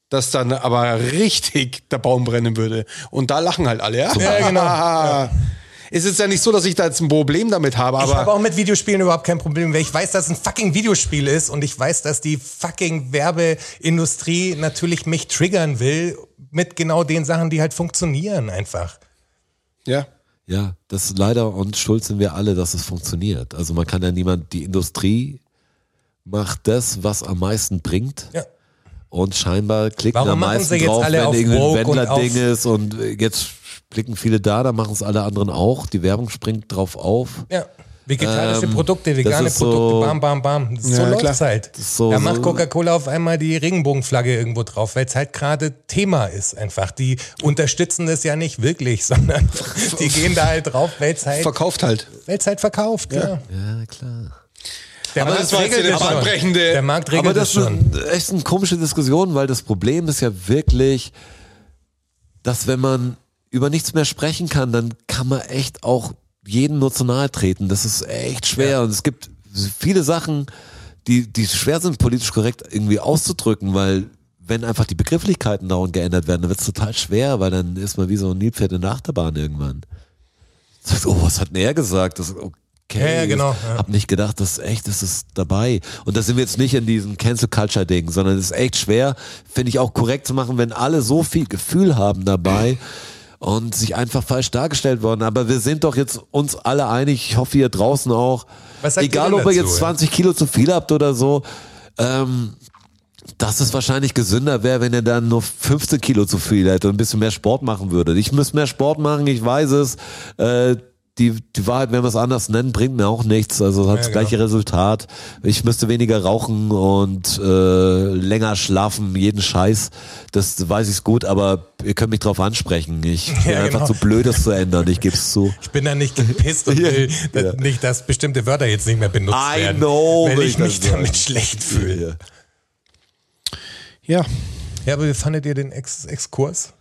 S2: dass dann aber richtig der Baum brennen würde. Und da lachen halt alle. Ja,
S4: Ja, genau.
S2: Es ist ja nicht so, dass ich da jetzt ein Problem damit habe,
S4: Ich habe
S2: aber
S4: auch mit Videospielen überhaupt kein Problem, weil ich weiß, dass es ein fucking Videospiel ist und ich weiß, dass die fucking Werbeindustrie natürlich mich triggern will mit genau den Sachen, die halt funktionieren einfach.
S2: ja.
S3: Ja, das ist leider und schuld sind wir alle, dass es funktioniert. Also man kann ja niemand, die Industrie macht das, was am meisten bringt.
S4: Ja.
S3: Und scheinbar klicken
S4: Warum
S3: am
S4: machen
S3: meisten
S4: sie jetzt
S3: drauf,
S4: alle
S3: wenn
S4: auf
S3: irgendein
S4: Woke und
S3: Wendler-Ding
S4: auf-
S3: ist und äh, jetzt klicken viele da, dann machen es alle anderen auch. Die Werbung springt drauf auf.
S4: Ja. Vegetarische
S3: Ähm,
S4: Produkte,
S3: das
S4: vegane
S3: ist so-
S4: Produkte, bam, bam, bam. So
S2: Ja,
S4: läuft's
S2: klar.
S4: halt.
S3: Das ist so-
S4: da macht
S3: so-
S4: Coca-Cola auf einmal die Regenbogenflagge irgendwo drauf, weil es halt gerade Thema ist einfach. Die unterstützen das ja nicht wirklich, sondern die gehen da halt drauf, weil es halt,
S2: verkauft halt.
S4: weil's halt verkauft. Ja.
S3: Ja, klar.
S4: Der,
S2: Aber das war jetzt eine
S4: schon.
S2: bahnbrechende-
S4: Der Markt
S3: Aber
S4: regelt es
S3: das ist
S4: schon.
S3: eine- echt eine komische Diskussion, weil das Problem ist ja wirklich, dass wenn man über nichts mehr sprechen kann, dann kann man echt auch jeden nur zu nahe treten. Das ist echt schwer und es gibt viele Sachen, die, die schwer sind, politisch korrekt irgendwie auszudrücken, weil wenn einfach die Begrifflichkeiten dauernd geändert werden, dann wird es total schwer, weil dann ist man wie so ein Nilpferd in der Achterbahn irgendwann. Sagt, oh, was hat denn er gesagt? Das, okay.
S4: Ja, ja, genau,
S3: Ich
S4: ja.
S3: hab nicht gedacht, das ist echt, das ist dabei. Und da sind wir jetzt nicht in diesem Cancel Culture Ding, sondern es ist echt schwer, finde ich auch korrekt zu machen, wenn alle so viel Gefühl haben dabei und sich einfach falsch dargestellt worden. Aber wir sind doch jetzt uns alle einig, ich hoffe ihr draußen auch,
S4: Was sagt ihr
S3: egal
S4: denn
S3: ob ihr
S4: dazu,
S3: jetzt
S4: ja?
S3: 20 Kilo zu viel habt oder so, ähm, dass es wahrscheinlich gesünder wäre, wenn ihr dann nur 15 Kilo zu viel hättet und ein bisschen mehr Sport machen würdet. Ich müsste mehr Sport machen, ich weiß es. Äh, die, die Wahrheit, wenn wir es anders nennen, bringt mir auch nichts. Also es hat das
S4: Ja, genau.
S3: gleiche Resultat. Ich müsste weniger rauchen und äh, länger schlafen, jeden Scheiß. Das weiß ich gut, aber ihr könnt mich drauf ansprechen. Ich bin
S4: Ja,
S3: einfach
S4: genau.
S3: zu blöd, das zu ändern. Ich gebe es zu.
S4: Ich bin da nicht gepisst und will dass nicht, dass bestimmte Wörter jetzt nicht mehr benutzt
S3: I
S4: werden.
S3: know,
S4: weil
S3: will
S4: ich
S3: ich
S4: mich
S3: das sagen.
S4: damit schlecht fühle.
S2: Ja.
S4: Ja, aber wie fandet ihr den Ex Exkurs?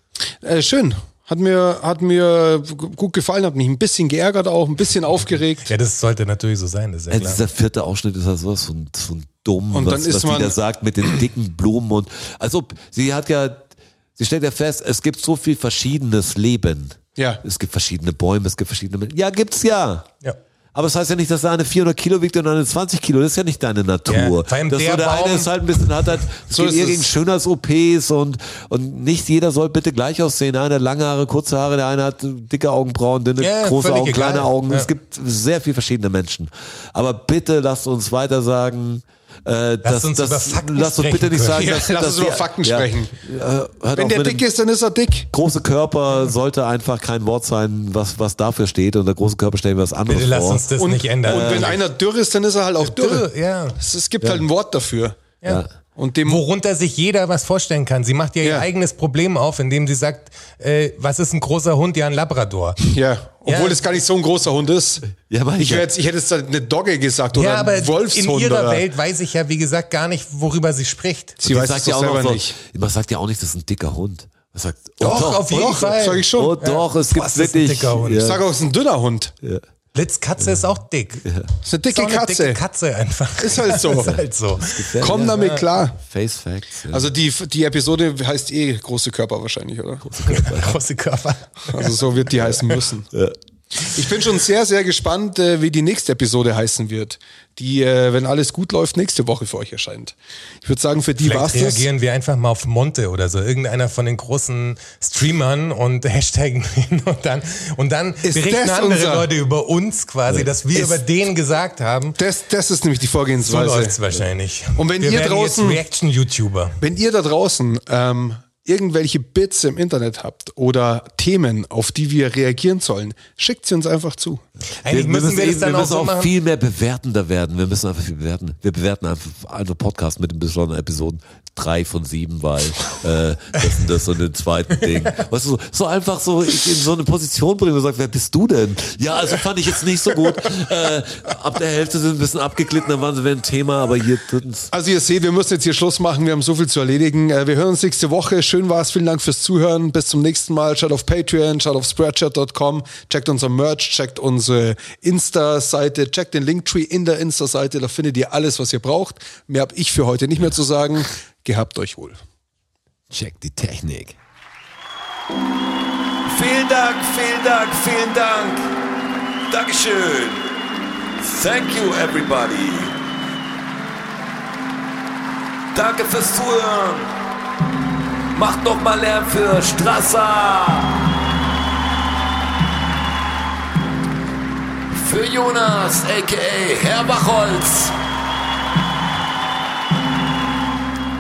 S2: Äh, schön. Hat mir, hat mir g- gut gefallen, hat mich ein bisschen geärgert auch, ein bisschen aufgeregt.
S4: Ja, das sollte natürlich so sein, das ist ja
S3: Ey,
S4: klar.
S3: Äh, dieser vierte Ausschnitt ist ja sowas von, von dumm,
S2: Und
S3: was,
S2: dann ist
S3: was
S2: man-
S3: die da sagt mit den dicken Blumen und als ob sie hat ja, sie stellt ja fest, es gibt so viel verschiedenes Leben.
S2: Ja.
S3: Es gibt verschiedene Bäume, es gibt verschiedene Menschen. Ja, gibt's ja.
S4: Ja.
S3: Aber das heißt ja nicht, dass da eine 400 Kilo wiegt und eine 20 Kilo. Das ist ja nicht deine Natur.
S4: Ja, vor allem
S3: das
S4: der
S3: nur der
S4: Baum-
S3: eine ist halt ein bisschen, hat halt, es
S2: So
S3: geht
S2: ist
S3: eher
S2: es.
S3: gegen Schönheits-OPs und, und nicht jeder soll bitte gleich aussehen. Der eine hat lange Haare, kurze Haare, der eine hat dicke Augenbrauen, dünne,
S4: Ja,
S3: große
S4: völlig
S3: Augen,
S4: egal.
S3: kleine Augen.
S4: Ja.
S3: Es gibt sehr viel verschiedene Menschen. Aber bitte lasst uns weiter sagen, äh, dass,
S4: uns
S3: dass,
S4: über Fakten
S3: lasst uns bitte
S4: sprechen
S3: nicht
S4: können.
S3: sagen,
S2: Ja,
S3: dass,
S2: lass
S3: dass
S2: uns über
S3: die-
S2: Fakten sprechen.
S3: Äh, hört
S2: Wenn
S3: auf
S2: der
S3: mit dem-
S2: dick ist, dann ist er dick.
S3: große Körper sollte einfach kein Wort sein, was, was dafür steht. Unter große Körper stellen wir was anderes
S4: Bitte lasst
S3: vor.
S4: uns das
S2: Und,
S4: nicht ändern.
S2: und wenn einer dürr ist, dann ist er halt auch dürr.
S4: Dürre, ja.
S2: Es, es gibt halt ein Wort dafür.
S3: Ja.
S2: Und dem
S4: Worunter sich jeder was vorstellen kann. Sie macht ja,
S2: Ja.
S4: ihr eigenes Problem auf, indem sie sagt, äh, was ist ein großer Hund? Ja, ein Labrador.
S2: ja, obwohl
S4: Ja.
S2: es gar nicht so ein großer Hund ist.
S3: Ja, aber
S2: ich,
S3: ich-
S2: wär jetzt, ich hätte jetzt eine Dogge gesagt oder
S4: ja, aber
S2: ein Wolfshund.
S4: in ihrer
S2: oder,
S4: Welt weiß ich ja, wie gesagt, gar nicht, worüber sie spricht.
S2: Sie
S3: Die
S2: weiß es
S3: ja
S2: doch
S3: auch
S2: selber
S3: noch so,
S2: nicht.
S3: Man sagt ja auch nicht, das ist ein dicker Hund. Man sagt, oh,
S4: Doch, auf jeden
S2: Doch,
S4: Fall.
S2: sag ich schon.
S3: Oh doch, es gibt
S4: Was ist ein
S3: wirklich.
S4: dicker Hund?
S2: Ich
S3: Ja.
S2: sag auch, es ist ein dünner Hund.
S4: Litz Katze ist auch dick.
S2: Es ist eine
S4: Ist
S2: dicke
S4: auch eine
S2: Katze.
S4: dicke Katze einfach.
S2: Ist halt so.
S4: ist halt so.
S2: Komm damit klar.
S3: Face Facts. Ja.
S2: Also die, die Episode heißt eh große Körper wahrscheinlich, oder?
S4: Große Körper.
S2: Also so wird die heißen müssen. Ich bin schon sehr, sehr gespannt, äh, wie die nächste Episode heißen wird, die, äh, wenn alles gut läuft, nächste Woche für euch erscheint. Ich würde sagen, für die war's
S4: Vielleicht
S2: das.
S4: reagieren wir einfach mal auf Monte oder so, irgendeiner von den großen Streamern und hashtaggen ihn und dann, und dann
S2: Ist
S4: berichten
S2: das
S4: andere
S2: unser-
S4: Leute über uns quasi, dass wir
S2: Ist-
S4: über den gesagt haben.
S2: Das, das ist nämlich die
S4: So läuft's
S2: Vorgehensweise.
S4: wahrscheinlich.
S2: Und wenn
S4: wir
S2: ihr
S4: werden
S2: draußen-
S4: jetzt Reaction-YouTuber.
S2: Wenn ihr da draußen ähm, irgendwelche Bits im Internet habt oder Themen, auf die wir reagieren sollen, schickt sie uns einfach zu.
S4: Eigentlich müssen wir das
S3: eben-
S4: dann
S3: wir
S4: auch
S3: müssen
S4: so machen.
S3: viel mehr bewertender werden. Wir müssen einfach viel bewerten. Wir bewerten einfach, einfach Podcasts mit den besonderen Episoden. Drei von sieben, weil äh, das und das und den zweiten Ding. Weißt du, so, so einfach so ich in so eine Position bringen und sagt, wer bist du denn? Ja, also fand ich jetzt nicht so gut. Äh, ab der Hälfte sind ein bisschen abgeglitten, dann waren sie wieder ein Thema, aber hier drittens.
S2: Also ihr seht, wir müssen jetzt hier Schluss machen. Wir haben so viel zu erledigen. Äh, Wir hören uns nächste Woche. Schön war's. Vielen Dank fürs Zuhören. Bis zum nächsten Mal. Schaut auf Patreon, schaut auf Spreadshirt.com. Checkt unser Merch, checkt unsere Insta-Seite, checkt den Linktree in der Insta-Seite. Da findet ihr alles, was ihr braucht. Mehr habe ich für heute nicht mehr zu sagen. Gehabt euch wohl.
S3: Check die Technik.
S7: Vielen Dank, vielen Dank, vielen Dank. Dankeschön. Thank you, everybody. Danke fürs Zuhören. Macht noch mal Lärm für Strasser. Für Jonas, a.k.a. Herr Wachholz.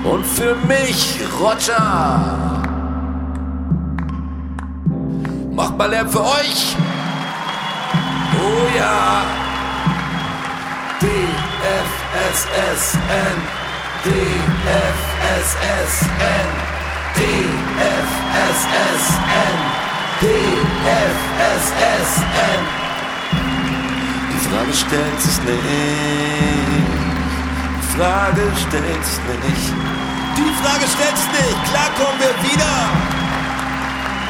S7: Und für mich, Roger. Macht mal Lärm für euch. Oh ja. DFSSN. DFSSN. DFSSN. DFSSN. Die Frage stellt sich nicht. Die Frage stellt sich nicht. Die Frage stellt sich nicht. Klar kommen wir wieder.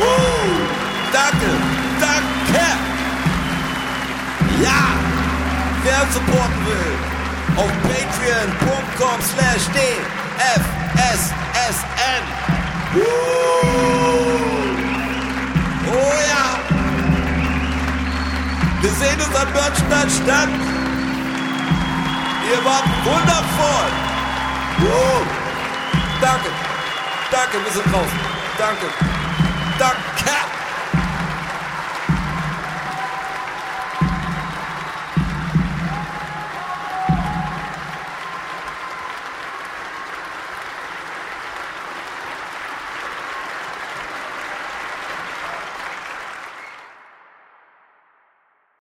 S7: Uh, danke, danke. Ja, wer uns supporten will, auf patreon.com slash dfssn. Uh, oh ja. Wir sehen uns an Börnstein statt. Ihr wart wundervoll. Uh, danke, danke, wir sind draußen. Danke. Danke.